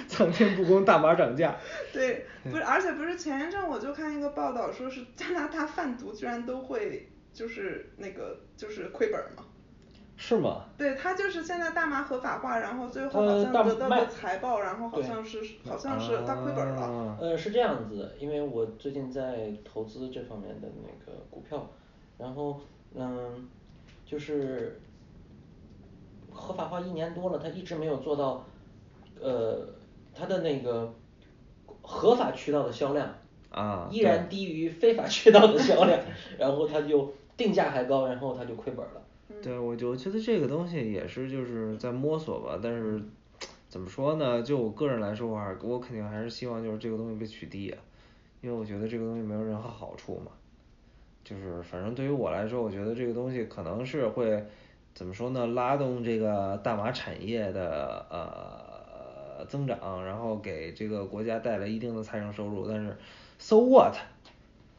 Speaker 1: 苍天不公，大麻涨价。
Speaker 6: (laughs) 对，不是，而且不是前一阵我就看一个报道，说是加拿大贩毒居然都会就是那个就是亏本儿嘛。
Speaker 1: 是吗？
Speaker 6: 对他就是现在大麻合法化，然后最后好
Speaker 5: 呃
Speaker 6: 像
Speaker 5: 大
Speaker 6: 得到
Speaker 5: 卖
Speaker 6: 了财报，然后好
Speaker 5: 对
Speaker 6: 像是好像是他亏本儿了。嗯
Speaker 1: 啊
Speaker 5: 呃，是这样子的，因为我最近在投资这方面的那个股票，然后嗯，就是合法化一年多了，它一直没有做到，呃，它的那个合法渠道的销量
Speaker 1: 啊
Speaker 5: 依然低于非法渠道的销量， (laughs) 然后它就定价还高，然后它就亏本儿了。
Speaker 6: 嗯
Speaker 1: 对，我就觉得这个东西也是就是在摸索吧，但是怎么说呢？就我个人来说，我还是我肯定还是希望就是这个东西被取缔啊，因为我觉得这个东西没有任何好处嘛。就是反正对于我来说，我觉得这个东西可能是会怎么说呢？拉动这个大麻产业的呃增长，然后给这个国家带来一定的财政收入。但是，so what？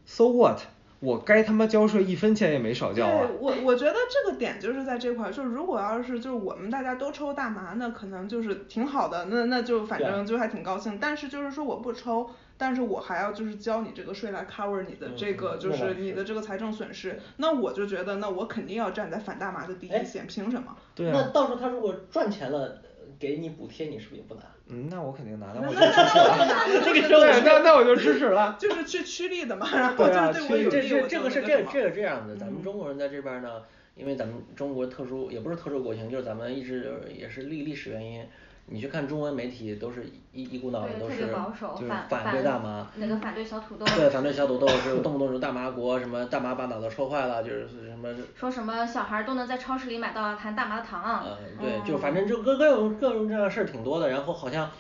Speaker 1: So what？我该他妈交税一分钱也没少交啊
Speaker 6: 对！我我觉得这个点就是在这块儿，就是如果要是就是我们大家都抽大麻，那可能就是挺好的，那那就反
Speaker 5: 对
Speaker 6: 正就还挺高兴。但是就是说我不抽，但是我还要就是交你这个税来 cover 你的这个
Speaker 5: 嗯
Speaker 6: 就
Speaker 5: 那倒
Speaker 6: 是你
Speaker 5: 是
Speaker 6: 的这个财政损失，那我就觉得那我肯定要站在反大麻的第
Speaker 5: 哎
Speaker 6: 一线，凭什么？
Speaker 1: 对
Speaker 5: 那
Speaker 1: 啊，
Speaker 5: 到时候他如果赚钱了，呃给你补贴，你是不是也不拿？
Speaker 1: 嗯，那我肯定拿到，
Speaker 6: 那
Speaker 1: 我
Speaker 5: (laughs)
Speaker 1: 就
Speaker 6: 那
Speaker 1: 支
Speaker 6: 那
Speaker 1: 持了。
Speaker 6: 那那
Speaker 5: 这个时候我
Speaker 1: 对，
Speaker 5: 就
Speaker 1: 那那我就支持
Speaker 5: (laughs)
Speaker 1: 了。
Speaker 6: 就是去趋利的嘛，然后
Speaker 1: 对
Speaker 6: 就
Speaker 1: 啊
Speaker 6: 是对我有
Speaker 5: 这
Speaker 6: 利，
Speaker 5: 这
Speaker 6: 我
Speaker 5: 这
Speaker 6: 就
Speaker 5: 个
Speaker 6: 那
Speaker 5: 是
Speaker 6: 个
Speaker 5: 这
Speaker 6: 什么
Speaker 5: 这个这样的，咱们
Speaker 6: 嗯
Speaker 5: 中国人在这边呢，因为咱们中国特殊也不是特殊国情，就是咱们一直也是历历史原因。你去看中文媒体，都是一一股脑的
Speaker 8: 对
Speaker 5: 都
Speaker 8: 特
Speaker 5: 是
Speaker 8: 别保守
Speaker 5: 对
Speaker 8: 反
Speaker 5: 反对
Speaker 8: 反
Speaker 5: 大麻，
Speaker 8: 那个反对小土豆
Speaker 5: 对反对小土豆是动不动就大麻国，什么大麻把脑袋抽坏了，就是什么
Speaker 8: 说什么小孩儿都能在超市里买到一盘大麻糖啊、 (laughs)
Speaker 5: 呃，对，就反正就各各种各种这样的事儿挺多的。然后好像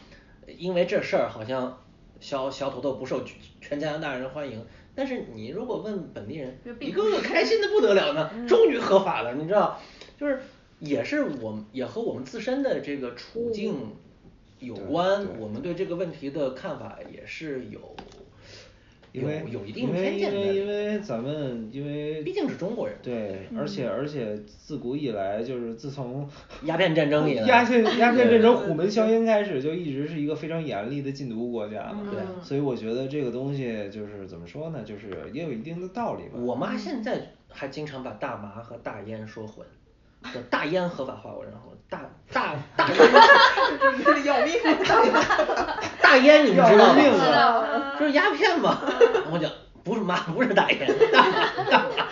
Speaker 5: 呃因为这事儿，好像小小土豆不受全全加拿大人欢迎。但是你如果问本地人
Speaker 8: 就，并
Speaker 5: 一
Speaker 8: 不
Speaker 5: 个个
Speaker 8: 是嗯
Speaker 5: 开心的不得了呢，终于合法了，你知道，就是也是我们也和我们自身的这个处境有关，我们对这个问题的看法也是有
Speaker 1: 因
Speaker 5: 有
Speaker 1: 为
Speaker 5: 有一定
Speaker 1: 因为
Speaker 5: 偏见
Speaker 1: 因为因
Speaker 5: 的，
Speaker 1: 为咱们因为
Speaker 5: 毕竟是中国人
Speaker 1: 对，
Speaker 5: 嗯
Speaker 1: 而且而且自古以来就是自
Speaker 5: (laughs)
Speaker 1: 从
Speaker 5: 鸦片战争以来 (laughs)
Speaker 1: 鸦片鸦片战争虎门销烟开始，就一直是一个非常严厉的禁毒国家嘛。
Speaker 5: 嗯对
Speaker 1: 所以我觉得这个东西就是怎么说呢，就是也有一定的道理吧。
Speaker 5: 我妈现在还经常把大麻和大烟说混，就大烟合法化，我然后大大大
Speaker 6: 要命， (laughs)
Speaker 5: 大烟你们知道
Speaker 1: 要命
Speaker 6: 啊
Speaker 5: 吗？就是鸦片嘛。
Speaker 6: 嗯
Speaker 5: 我讲不是妈，不是大烟，
Speaker 6: (laughs)
Speaker 5: 大麻大麻。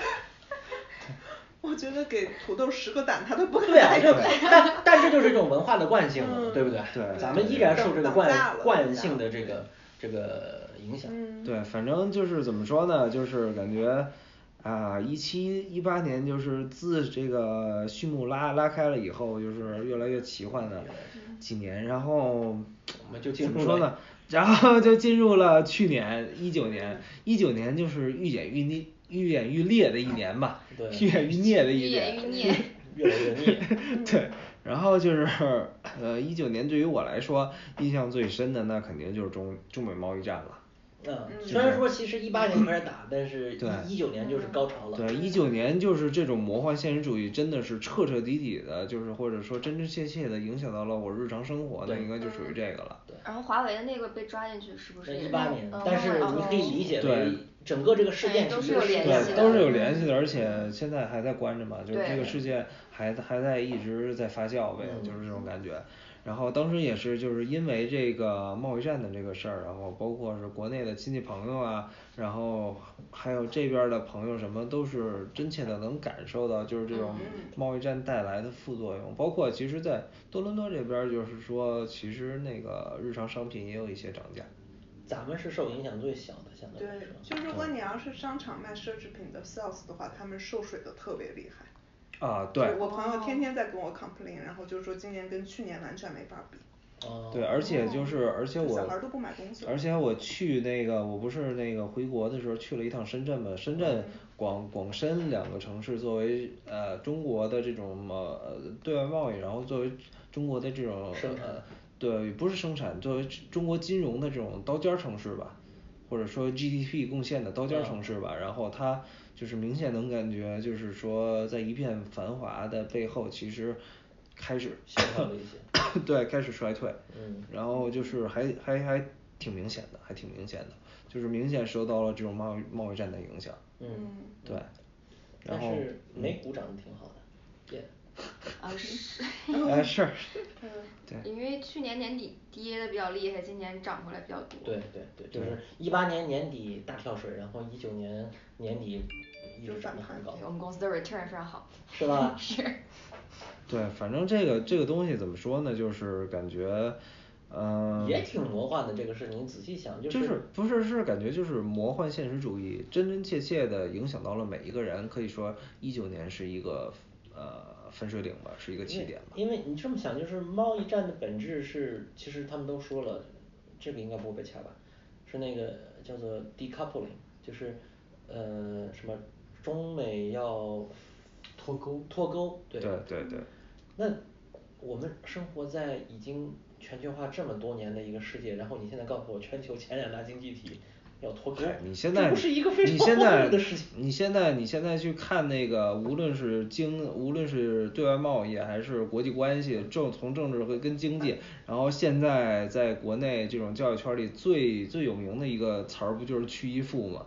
Speaker 6: 我觉得给土豆十个胆他都不
Speaker 5: 对啊，
Speaker 6: 敢
Speaker 5: 就但但这就是一种文化的惯性了，
Speaker 6: 嗯
Speaker 5: 对不对？
Speaker 1: 对
Speaker 5: 咱们依然受这个
Speaker 6: 长
Speaker 5: 惯
Speaker 6: 大了
Speaker 5: 惯性的这个这个影响。
Speaker 6: 嗯，
Speaker 1: 对，反正就是怎么说呢，就是感觉啊，一七一八年就是自这个序幕拉拉开了以后，就是越来越奇幻的几年，然后
Speaker 5: 我们就进
Speaker 1: 怎
Speaker 5: 入
Speaker 1: 么说
Speaker 5: 了 (laughs)
Speaker 1: 呢？然后就进入了去年一九年，一九年就是愈演愈烈、愈演愈烈的一年吧，
Speaker 5: (laughs) 对
Speaker 1: 愈演愈烈的
Speaker 3: 愈
Speaker 1: 一年。
Speaker 3: 演愈烈。
Speaker 5: 越来越腻。
Speaker 1: (laughs) 对，然后就是呃，一九年对于我来说印象最深的，那肯定就是中中美贸易战了。
Speaker 5: (laughs) 嗯，虽然说其实一八年开始打，但是
Speaker 1: 对
Speaker 5: 一九年就是高潮了。
Speaker 1: 对，一九年就是这种魔幻现实主义，真的是彻彻底底的，就是或者说真真切切的影响到了我日常生活，那应该就属于这个了。
Speaker 3: 然后华为的那个被抓进去，是不
Speaker 5: 在
Speaker 3: 是也
Speaker 5: 呃一
Speaker 3: 是？
Speaker 5: 八年
Speaker 3: 嗯，
Speaker 5: 但是
Speaker 3: 嗯
Speaker 5: 你可以理解为
Speaker 1: 哦对
Speaker 5: 整个这个事件
Speaker 3: 哎都
Speaker 5: 一
Speaker 3: 是
Speaker 5: 个
Speaker 3: 有
Speaker 5: 事
Speaker 3: 联
Speaker 5: 件
Speaker 3: 系
Speaker 1: 对，
Speaker 3: 的
Speaker 1: 都是有联系的，而且现在还在关着嘛，就是这
Speaker 3: 对
Speaker 1: 个事件还还在一直在发酵呗，
Speaker 5: 嗯
Speaker 1: 就是这种感觉。然后当时也是就是因为这个贸易战的这个事儿，然后包括是国内的亲戚朋友啊，然后还有这边儿的朋友什么，都是真切的能感受到就是这
Speaker 3: 嗯
Speaker 1: 种贸易战带来的副作用。包括其实，在多伦多这边，就是说其实那个日常商品也有一些涨价。
Speaker 5: 咱们是受影响最小的，相对
Speaker 6: 对
Speaker 5: 来说，。
Speaker 6: 就如果你要是商场卖奢侈品的 sales 的话，他们受水的特别厉害。
Speaker 1: 啊，对，
Speaker 6: 我朋友天天在跟我 complain，然后就说今年跟去年完全没法比，
Speaker 5: 哦
Speaker 1: 对，而且就是，而且我
Speaker 6: 小孩儿都不买东西了
Speaker 1: 而且我去那个，我不是那个回国的时候去了一趟深圳嘛，深
Speaker 6: 嗯
Speaker 1: 圳、广广深两个城市作为呃中国的这种呃对外贸易，然后作为中国的这种
Speaker 5: 哦生产
Speaker 1: 呃对，不是生产，作为中国金融的这种刀尖儿城市吧。或者说 GDP 贡献的刀尖儿城市吧，然后它就是明显能感觉，就是说在一片繁华的背后，其实开始
Speaker 5: 消耗了一些
Speaker 1: 对，开始衰退，
Speaker 5: 嗯
Speaker 1: 然后就是还还还挺明显的，还挺明显的，就是明显受到了这种贸易贸易战的影响，
Speaker 5: 嗯，
Speaker 1: 对，然
Speaker 5: 但
Speaker 1: 后嗯
Speaker 5: 是美股涨得挺好的，也
Speaker 3: 啊是，
Speaker 1: 哎是，对
Speaker 3: 因为去年年底跌的比较厉害，今年涨回来比较多。
Speaker 5: 对对对，就是一八年年底大跳水，然后一九年年底一直涨得很高
Speaker 3: 对，我们公司的 return 非常好。
Speaker 5: 是
Speaker 3: (laughs)
Speaker 5: 吧？
Speaker 3: 是。
Speaker 1: 对，反正这个这个东西怎么说呢，就是感觉，嗯，
Speaker 5: 也挺魔幻的这个事情，你仔细想，
Speaker 1: 就是不是是感觉就是魔幻现实主义，真真切切的影响到了每一个人。可以说一九年是一个呃分水岭吧，是一个起点吧。
Speaker 5: 因为因为你这么想，就是贸易战的本质是，其实他们都说了，这个应该不会被掐吧？是那个叫做 decoupling，就是呃什么中美要
Speaker 7: 脱钩
Speaker 5: 脱钩，对
Speaker 1: 对对对
Speaker 5: 那我们生活在已经全球化这么多年的一个世界，然后你现在告诉我全球前两大经济体要脱钩
Speaker 1: 嗨，你现在
Speaker 5: 这不是一个非
Speaker 1: 你
Speaker 5: 常
Speaker 1: 现
Speaker 5: 荒
Speaker 1: 在
Speaker 5: 谬的事情。
Speaker 1: 你现在你现在去看那个，无论是经，无论是对外贸易还是国际关系，政从政治和跟经
Speaker 5: 哎
Speaker 1: 济，然后现在在国内这种教育圈里最最有名的一个词儿，不就是去依附吗？
Speaker 5: 嗯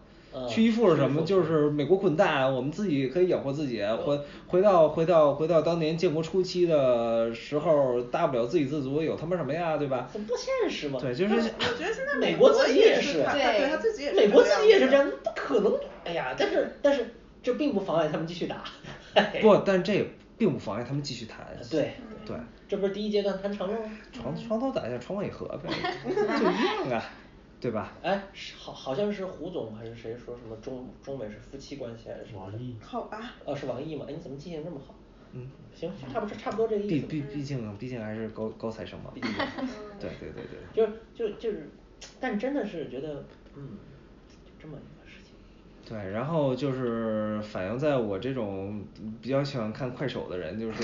Speaker 1: 去依附是
Speaker 5: 去依
Speaker 1: 什么？
Speaker 5: 附嗯
Speaker 1: 就是美国滚蛋，我们自己可以养活自己，回回到回到回到当年建国初期的时候，大不了自给自足，有他妈什么呀，对吧？
Speaker 5: 很不现实嘛。
Speaker 1: 对，就是
Speaker 6: 我
Speaker 1: 现
Speaker 6: 我觉得现在
Speaker 5: 美
Speaker 6: 国
Speaker 5: 国自己
Speaker 6: 也
Speaker 5: 也是
Speaker 6: 他他对
Speaker 3: 对
Speaker 6: 他自己也是，
Speaker 5: 美国自己也是这样，，不可能。哎呀，但是但是这并不妨碍他们继续打。 (laughs) 哎
Speaker 1: 不，但这也并不妨碍他们继续谈。
Speaker 5: 对
Speaker 6: 嗯
Speaker 1: 对，
Speaker 5: 这不是第一阶段谈成了吗？
Speaker 1: 床床头打一架，床尾和
Speaker 3: (laughs)
Speaker 1: 呗，就一样啊，对吧？
Speaker 5: 哎，是好，好像是胡总还是谁说什么中中美是夫妻关系还是什么
Speaker 7: 网
Speaker 5: 的？
Speaker 7: 易
Speaker 6: 嗯好吧，
Speaker 5: 哦，是王毅嘛？哎，你怎么记性这么好？
Speaker 1: 嗯，
Speaker 5: 行，差不多差不多这个意
Speaker 1: 毕
Speaker 5: 思。
Speaker 1: 毕毕竟毕竟还是高高材生嘛，毕竟对对对对。
Speaker 5: 就是就就是，但真的是觉得，嗯，就这么一个事情。
Speaker 1: 对，然后就是反映在我这种比较喜欢看快手的人，就是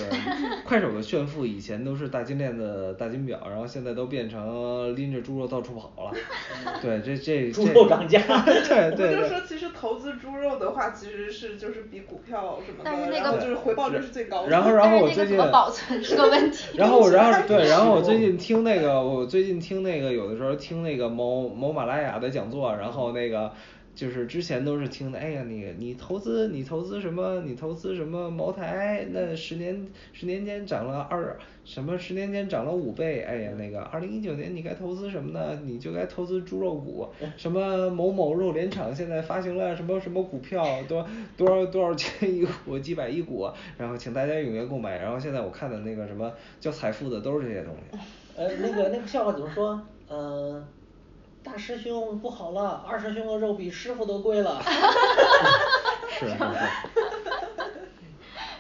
Speaker 1: 快手的炫富以前都是大金链子、大金表，然后现在都变成拎着猪肉到处跑了。对，这这
Speaker 5: 猪
Speaker 1: 这
Speaker 5: 肉涨价
Speaker 1: (laughs) 对对
Speaker 6: 我就
Speaker 1: 对。
Speaker 6: 说其实投资猪肉的话，其实是就是比股票什么的，
Speaker 8: 但是那
Speaker 6: 然
Speaker 8: 个
Speaker 6: 后就是回报率是最高的。
Speaker 1: 然后，然后我最
Speaker 3: 但是那个
Speaker 1: 近
Speaker 3: 怎么保存是个问题
Speaker 1: 然后我，然后
Speaker 6: 太
Speaker 1: 对，
Speaker 6: 难
Speaker 1: 然后我
Speaker 5: 了
Speaker 1: 最近听那个，我最近听那个，有的时候听那个某某马拉雅的讲座，然后那个。就是之前都是听的，哎呀，你你投资你投资什么？你投资什么茅台？那十年十年间涨了二什么？十年间涨了五倍。哎呀，那个二零一九年你该投资什么呢？你就该投资猪肉股，
Speaker 5: 嗯
Speaker 1: 什么某某肉联厂现在发行了什么什么股票，多多少多少钱一股，几百一股，然后请大家踊跃购买。然后现在我看的那个什么叫财富的都是这些东
Speaker 5: (laughs)
Speaker 1: 西。
Speaker 5: 呃，那个那个笑话怎么说？呃，大师兄不好了，二师兄的肉比师傅都贵
Speaker 1: (laughs)
Speaker 5: 了。
Speaker 1: 是是是。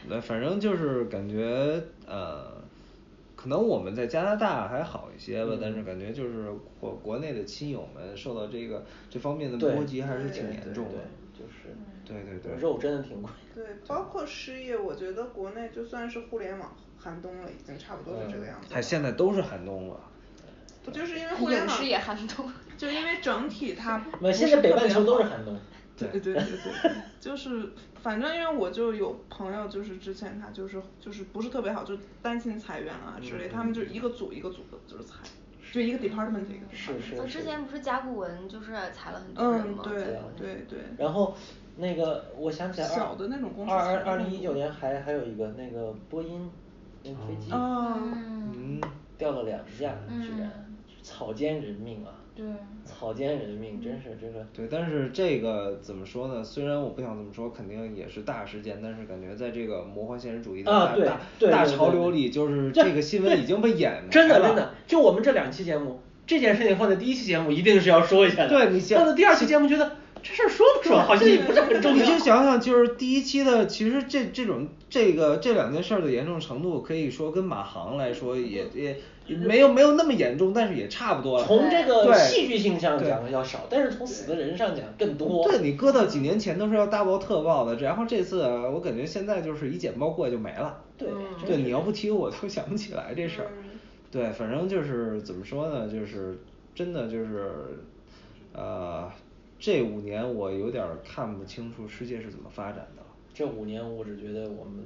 Speaker 1: 那反正就是感觉呃，可能我们在加拿大还好一些
Speaker 5: 嗯
Speaker 1: 吧，但是感觉就是国国内的亲友们受到这个这方面的
Speaker 5: 对
Speaker 1: 波及还是
Speaker 5: 对
Speaker 1: 挺
Speaker 5: 对
Speaker 1: 严重的。
Speaker 5: 对
Speaker 8: 嗯
Speaker 5: 就是
Speaker 1: 对对对
Speaker 5: 肉真的挺贵。
Speaker 6: 对，包括失业，我觉得国内就算是互联网寒冬了，已经差不多是这个样子了。
Speaker 1: 哎，现在都是寒冬了。
Speaker 6: 不就是因为互联
Speaker 3: 影
Speaker 6: 网
Speaker 3: 视也寒冬。
Speaker 6: (laughs) 就因为整体它不
Speaker 5: 没，
Speaker 6: 是
Speaker 5: 现在北
Speaker 6: 特
Speaker 5: 半
Speaker 6: 别
Speaker 5: 球都是
Speaker 6: 好
Speaker 5: 寒冬。
Speaker 6: 对对对对对，就是反正因为我就有朋友，就是之前他就是就是不是特别好，就担心裁员啊之
Speaker 5: 嗯
Speaker 6: 类，他们就一个组一个组的就是裁，就一个 department 一个 department。
Speaker 5: 是是
Speaker 3: 我
Speaker 5: 是
Speaker 3: 之。前不是甲骨文就是裁了很多人
Speaker 6: 嗯，
Speaker 3: 吗？
Speaker 6: 对
Speaker 5: 啊
Speaker 6: 对对。
Speaker 5: 然后那个我想起来二，
Speaker 6: 小的那种公司
Speaker 5: 二二
Speaker 6: 才
Speaker 5: 二
Speaker 6: 能
Speaker 5: 零一九
Speaker 6: 够
Speaker 5: 年还还有一个那个波音那个飞机
Speaker 6: 哦，
Speaker 8: 嗯，
Speaker 1: 嗯，
Speaker 5: 掉了两架，居然
Speaker 8: 嗯
Speaker 5: 草菅人命啊！
Speaker 8: 对，
Speaker 5: 草菅人命，真是这个。
Speaker 1: 对，但是这个怎么说呢？虽然我不想这么说，肯定也是大事件，但是感觉在这个魔幻现实主义的
Speaker 5: 啊
Speaker 1: 大
Speaker 5: 对
Speaker 1: 大
Speaker 5: 对
Speaker 1: 大
Speaker 5: 对
Speaker 1: 潮
Speaker 5: 对
Speaker 1: 流
Speaker 5: 对
Speaker 1: 里，就是
Speaker 5: 这
Speaker 1: 这个新闻已经被掩埋了。
Speaker 5: (laughs) 真的真的，就我们这两期节目，这件事情放在第一期节目一定是要说一下的。
Speaker 1: 对你想
Speaker 5: 放到第二期节目，觉得这事儿说不说，好像也不是很重
Speaker 1: 你
Speaker 5: 要。
Speaker 1: 就想想，就是第一期的，其实这这种这个这两件事儿的严重程度，可以说跟马航来说也也也没有没有那么严重，但是也差不多了。
Speaker 5: 从这个
Speaker 1: 对
Speaker 5: 戏剧性上
Speaker 1: 对
Speaker 5: 讲要少，但是从死的人上讲更多。
Speaker 1: 对你搁到几年前都是要大爆特爆的，然后这次啊我感觉现在就是一剪报过就没了。
Speaker 5: 对真
Speaker 1: 对，
Speaker 5: 是
Speaker 1: 你要不提我都想不起来这事儿。
Speaker 6: 嗯
Speaker 1: 对，反正就是怎么说呢，就是真的就是，呃，这五年我有点儿看不清楚世界是怎么发展的了。
Speaker 5: 这五年我只觉得
Speaker 6: (laughs)
Speaker 5: 我们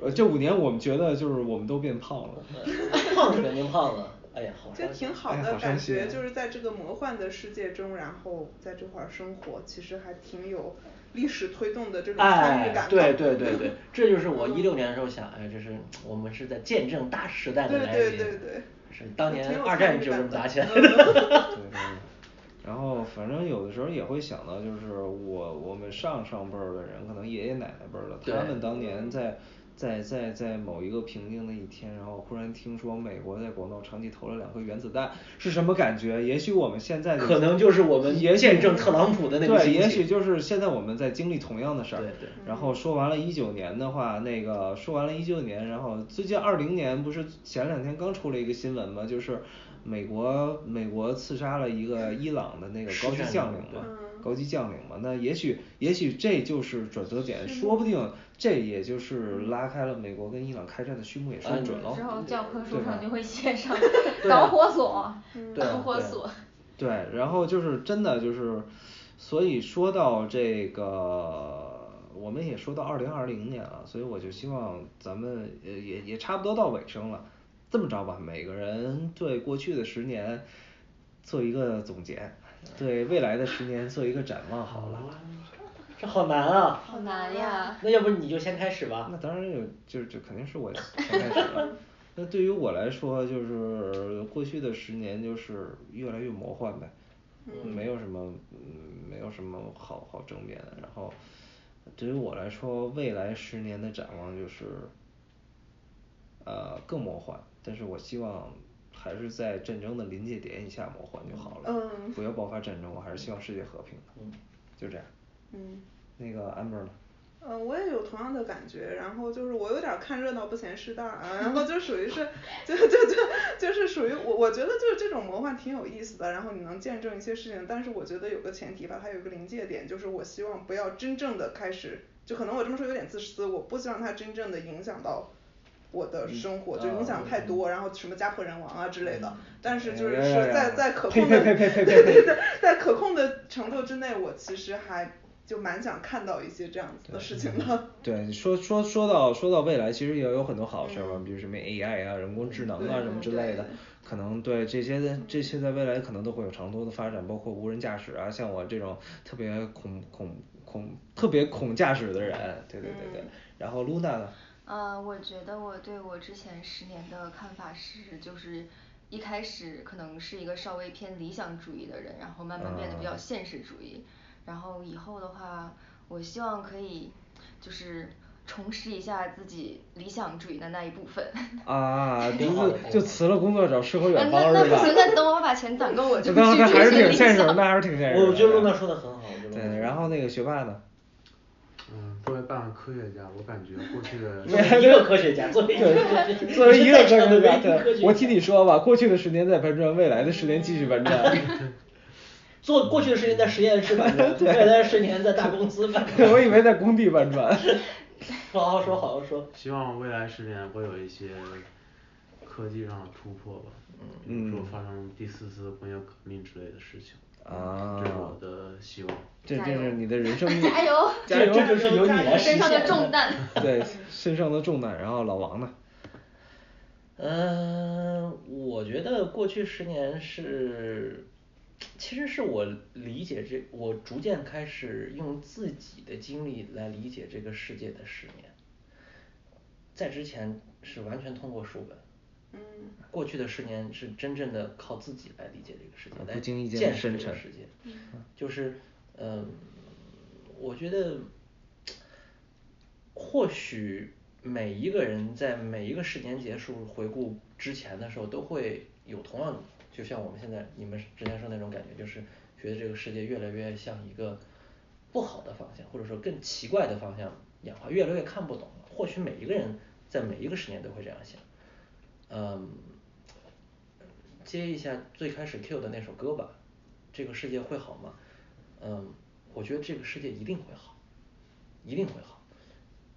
Speaker 1: 呃，这五年我们觉得就是我们都变胖了。
Speaker 5: 呃胖是肯定胖了，哎呀，好
Speaker 6: 就
Speaker 5: 伤心
Speaker 6: 挺好
Speaker 1: 哎呀好
Speaker 6: 的感
Speaker 1: 伤心
Speaker 6: 觉，
Speaker 1: 啊
Speaker 6: 就是在这个魔幻的世界中，然后在这块儿生活，其实还挺有历史推动的这种参与
Speaker 5: 哎
Speaker 6: 感，。
Speaker 5: 对对对对，这就是我一六年的时候想，哎，这是我们是在见证大时代的
Speaker 6: 对
Speaker 5: 来
Speaker 6: 对
Speaker 5: 临，
Speaker 6: 对对
Speaker 5: 是当
Speaker 6: 挺
Speaker 5: 年
Speaker 6: 有参
Speaker 5: 二战
Speaker 6: 与
Speaker 5: 就这
Speaker 6: 感
Speaker 5: 么
Speaker 6: 的
Speaker 5: 打起来
Speaker 6: 嗯
Speaker 5: 的。
Speaker 1: (laughs) 对对对。然后反正有的时候也会想到，就是我我们上上辈儿的人，可能爷爷奶奶辈儿的，
Speaker 5: 对
Speaker 1: 他们当年在在在在某一个平静的一天，然后忽然听说美国在广岛长期投了两颗原子弹，是什么感觉？也许我们现在
Speaker 5: 可能就是我们
Speaker 1: 也许
Speaker 5: 见证特朗普的那个
Speaker 1: 对，
Speaker 5: 心
Speaker 1: 也
Speaker 5: 情
Speaker 1: 许就是现在我们在经历同样的事儿。
Speaker 5: 对对
Speaker 1: 然后说完了，一九年的话，那个说完了，一九年，然后最近二零年不是前两天刚出了一个新闻嘛，就是美国美国刺杀了一个伊朗的那个
Speaker 5: 实
Speaker 1: 高级
Speaker 5: 战
Speaker 1: 将
Speaker 5: 人
Speaker 1: 领
Speaker 5: 对
Speaker 1: 嘛，高级将领嘛，那也许也许这就是转折点，说不定这也就是
Speaker 5: 嗯
Speaker 1: 拉开了美国跟伊朗开战的序幕，也说不准喽
Speaker 8: 之。后教科书
Speaker 1: 对吧
Speaker 8: 上就会写上
Speaker 5: 啊 (laughs) 对啊
Speaker 8: 导火索，
Speaker 1: 嗯
Speaker 5: 对啊
Speaker 8: 导火
Speaker 5: 对啊
Speaker 8: 索。
Speaker 1: 对，然后就是真的就是，所以说到这个，我们也说到二零二零年了，所以我就希望咱们呃也也差不多到尾声了。这么着吧，每个人对过去的十年做一个总结，对未来的十年做一个展望好了。
Speaker 5: 这好难啊！
Speaker 3: 好难呀。
Speaker 5: 那要不你就先开始吧
Speaker 1: 那。当然有，就就肯定是我先开始了。那对于我来说，就是过去的十年就是越来越魔幻呗，没有什么，嗯，没有什么好好争辩的。然后，对于我来说，未来十年的展望就是，呃，更魔幻。但是我希望还是在战争的临界点以下魔幻就好了，
Speaker 6: 嗯
Speaker 1: 不要爆发战争。我还是希望世界和平的，
Speaker 5: 嗯
Speaker 1: 就这样。
Speaker 6: 嗯
Speaker 1: 那个安 m 呢？
Speaker 6: 嗯，我也有同样的感觉，然后就是我有点儿看热闹不嫌事大啊，然后就属于是，就就就就是属于我，我觉得就是这种魔幻挺有意思的，然后你能见证一些事情，但是我觉得有个前提吧，它有一个临界点，就是我希望不要真正的开始，就可能我这么说有点自私，我不希望它真正的影响到我
Speaker 1: 嗯
Speaker 6: 的生活，就影响太多，然后什么家破人亡啊之类的，但是就是
Speaker 1: 嗯哎呀呀
Speaker 6: 说在
Speaker 1: 呀
Speaker 6: 在可
Speaker 1: 呸
Speaker 6: 控
Speaker 1: 呸
Speaker 6: 的，
Speaker 1: 呸呸呸
Speaker 6: 对 (laughs)
Speaker 1: 呸呸
Speaker 6: 对对，在可控的程度之内，我其实还就蛮想看到一些这样子的事
Speaker 1: 嗯
Speaker 6: 情的。
Speaker 1: 对，说说说到说到未来，其实也有很多好事儿
Speaker 3: 嗯
Speaker 1: 嘛，比如什么 AI 啊、人工智能啊什么之类的，可能对这些的这些在未来可能都会有长多的发展，包括无人驾驶啊，像我这种特别恐恐恐特别恐驾驶的人，对对对对。
Speaker 3: 嗯
Speaker 1: 然后 Luna 呢？
Speaker 3: 呃，我觉得我对我之前十年的看法是，就是一开始可能是一个稍微偏理想主义的人，然后慢慢变得比较
Speaker 1: 啊
Speaker 3: 现实主义。然后以后的话，我希望可以就是重拾一下自己理想主义的那一部分。 (laughs)
Speaker 1: 啊，就
Speaker 5: 挺好的
Speaker 1: 是就辞了工作找诗和
Speaker 3: 啊
Speaker 1: 远
Speaker 3: 那
Speaker 1: 方
Speaker 3: 那
Speaker 1: 是
Speaker 3: 不
Speaker 1: 吧
Speaker 3: 行，？那等我把钱攒够，我就
Speaker 1: (laughs)
Speaker 3: 去
Speaker 1: 那那还是
Speaker 3: 追寻
Speaker 1: 挺
Speaker 3: 理
Speaker 1: 现实的，
Speaker 3: 想。
Speaker 1: 那还是挺现实的。
Speaker 5: 我觉得露娜说的很好，我觉得露娜说
Speaker 1: 对，
Speaker 5: 得
Speaker 1: 然后那个学霸呢？
Speaker 7: 嗯，作为半个科学家，我感觉过去的
Speaker 5: (laughs) 作为一个科学家，作为一个科学家，
Speaker 1: 作为一个
Speaker 5: 在
Speaker 1: 科
Speaker 5: 场
Speaker 1: 学
Speaker 5: 的唯
Speaker 8: (laughs)
Speaker 1: 家，
Speaker 5: 一科
Speaker 1: 对
Speaker 5: 学，家
Speaker 1: 我听你说吧，过去的十年在搬砖，未来的十年继续搬砖。
Speaker 8: (laughs)
Speaker 5: 做过去的十年在实验室办公，未来的十年在大公司办
Speaker 1: (laughs)
Speaker 5: 公。
Speaker 1: 我以为在工地搬砖。
Speaker 5: 好好说，好好说。
Speaker 7: 希望未来十年会有一些科技上的突破吧，比如说发生第四次工业革命之类的事情，
Speaker 1: 啊
Speaker 7: 这是我的希望。
Speaker 1: 这
Speaker 3: 加
Speaker 1: 这
Speaker 3: 油
Speaker 1: 是你的人生，
Speaker 8: (laughs) 加油！
Speaker 1: 加油！
Speaker 5: 这就是由你来实
Speaker 3: 身
Speaker 5: 现
Speaker 3: 上的重担。
Speaker 1: 对身上的重担。然后老王呢？
Speaker 5: 嗯，我觉得过去十年是，其实是我理解这，我逐渐开始用自己的经历来理解这个世界的十年。在之前是完全通过书本，
Speaker 6: 嗯
Speaker 5: 过去的十年是真正的靠自己来理解这个世界
Speaker 1: 啊，
Speaker 5: 来
Speaker 1: 不经意间
Speaker 5: 见
Speaker 1: 的
Speaker 5: 识
Speaker 1: 深
Speaker 5: 这个
Speaker 1: 沉
Speaker 5: 世界。啊就是，嗯，我觉得或许每一个人在每一个十年结束回顾之前的时候，都会有同样的，就像我们现在你们之前说那种感觉，就是觉得这个世界越来越像一个不好的方向，或者说更奇怪的方向演化，越来越看不懂了。或许每一个人在每一个十年都会这样想，嗯。接一下最开始 Q 的那首歌吧，这个世界会好吗？嗯，我觉得这个世界一定会好，一定会好，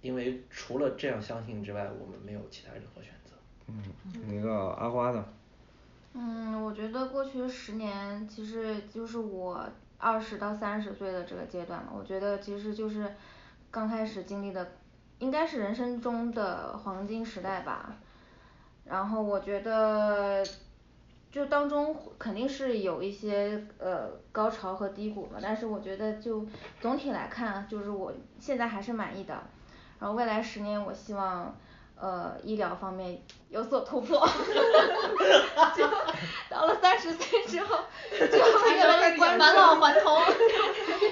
Speaker 5: 因为除了这样相信之外，我们没有其他任何选择。
Speaker 1: 嗯，那个阿花呢？
Speaker 8: 嗯，我觉得过去十年其实就是我二十到三十岁的这个阶段嘛，我觉得其实就是刚开始经历的，应该是人生中的黄金时代吧。然后我觉得就当中肯定是有一些呃高潮和低谷嘛，但是我觉得就啊总体来看，就是我现在还是满意的。然后未来十年，我希望呃医疗方面有所突破， (laughs) 就到了三十岁之后，就越来越关注
Speaker 3: 返老还
Speaker 8: (laughs)
Speaker 3: 童，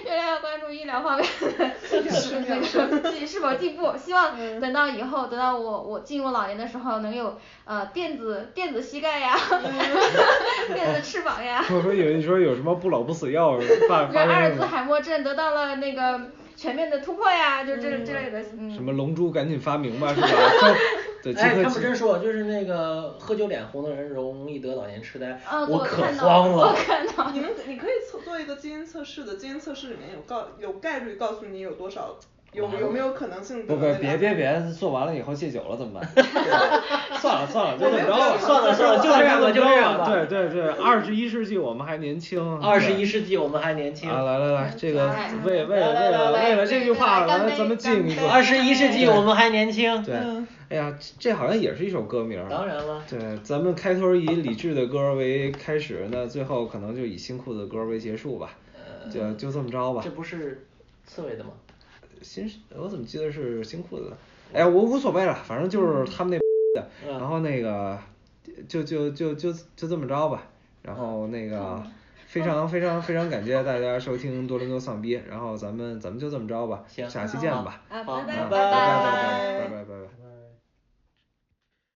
Speaker 8: 越来越关注医疗方面的那个自己是嗯否进步。希望等到以后，等到我我进入老年的时候，能有呃电子电子膝盖呀， (laughs) 电子翅膀
Speaker 1: (laughs)
Speaker 8: 哎呀，
Speaker 1: 我说以为你说有什么不老不死
Speaker 8: (laughs)
Speaker 1: 药，发
Speaker 8: 让
Speaker 1: 发
Speaker 8: 阿尔
Speaker 1: 现
Speaker 8: 兹海默症得到了那个全面的突破呀，就这之类的，嗯。
Speaker 1: 什么龙珠赶紧发明
Speaker 8: (laughs)
Speaker 1: 吧，是吧？对，金
Speaker 5: 哎，
Speaker 1: 科
Speaker 5: 他们
Speaker 1: 奇
Speaker 5: 真说，就是那个喝酒脸红的人容易得老年痴呆，
Speaker 8: 啊，对
Speaker 5: 我
Speaker 8: 我
Speaker 5: 可
Speaker 8: 看到
Speaker 5: 慌
Speaker 8: 了，
Speaker 5: 了
Speaker 8: 我。看到了
Speaker 6: 你们你可以测做一个基因测试的，基因测试里面有告有概率告诉你有多少有有没有可能性得
Speaker 1: 不不
Speaker 6: 那个
Speaker 1: 别
Speaker 6: 癌
Speaker 1: 别
Speaker 6: 症
Speaker 1: 别，做完了以后戒酒了怎么办？算了算了，就这么着吧，
Speaker 5: 算了算了就这样吧就这样吧
Speaker 1: 对对对，二十一世纪我们还年 (laughs) 轻。
Speaker 5: 二十一世纪我们还年轻。
Speaker 1: 啊，来来来，这个
Speaker 3: 哎
Speaker 1: 为为了
Speaker 5: 来
Speaker 1: 为
Speaker 5: 来
Speaker 1: 了
Speaker 5: 来
Speaker 1: 为了
Speaker 3: 来
Speaker 1: 这句话，咱
Speaker 3: 干
Speaker 1: 们
Speaker 3: 杯
Speaker 1: 咱们敬一个。
Speaker 3: 干杯
Speaker 5: 二十一世纪我们还年轻。
Speaker 1: 对，
Speaker 8: 嗯
Speaker 1: 哎呀，这好像也是一首歌名儿。啊
Speaker 5: 当然了
Speaker 1: 对，咱们开头以李志的歌为开始，那最后可能就以新裤子的歌为结束吧。就就呃这么着吧
Speaker 5: 这。不是刺猬的吗？
Speaker 1: 新我怎么记得是新裤子的？哎呀，我无所谓了，反正就是他们那的，
Speaker 5: 嗯
Speaker 1: 然后那个就就就就就这么着吧，然后那个。
Speaker 5: 嗯
Speaker 1: 非常非常非常感谢大家收听多伦多丧逼，然后咱们咱们就这么着吧，
Speaker 5: 行
Speaker 1: 下期见吧，
Speaker 8: 啊，
Speaker 5: 好
Speaker 8: 拜拜
Speaker 1: 啊拜
Speaker 5: 拜
Speaker 1: 拜拜拜拜拜拜拜。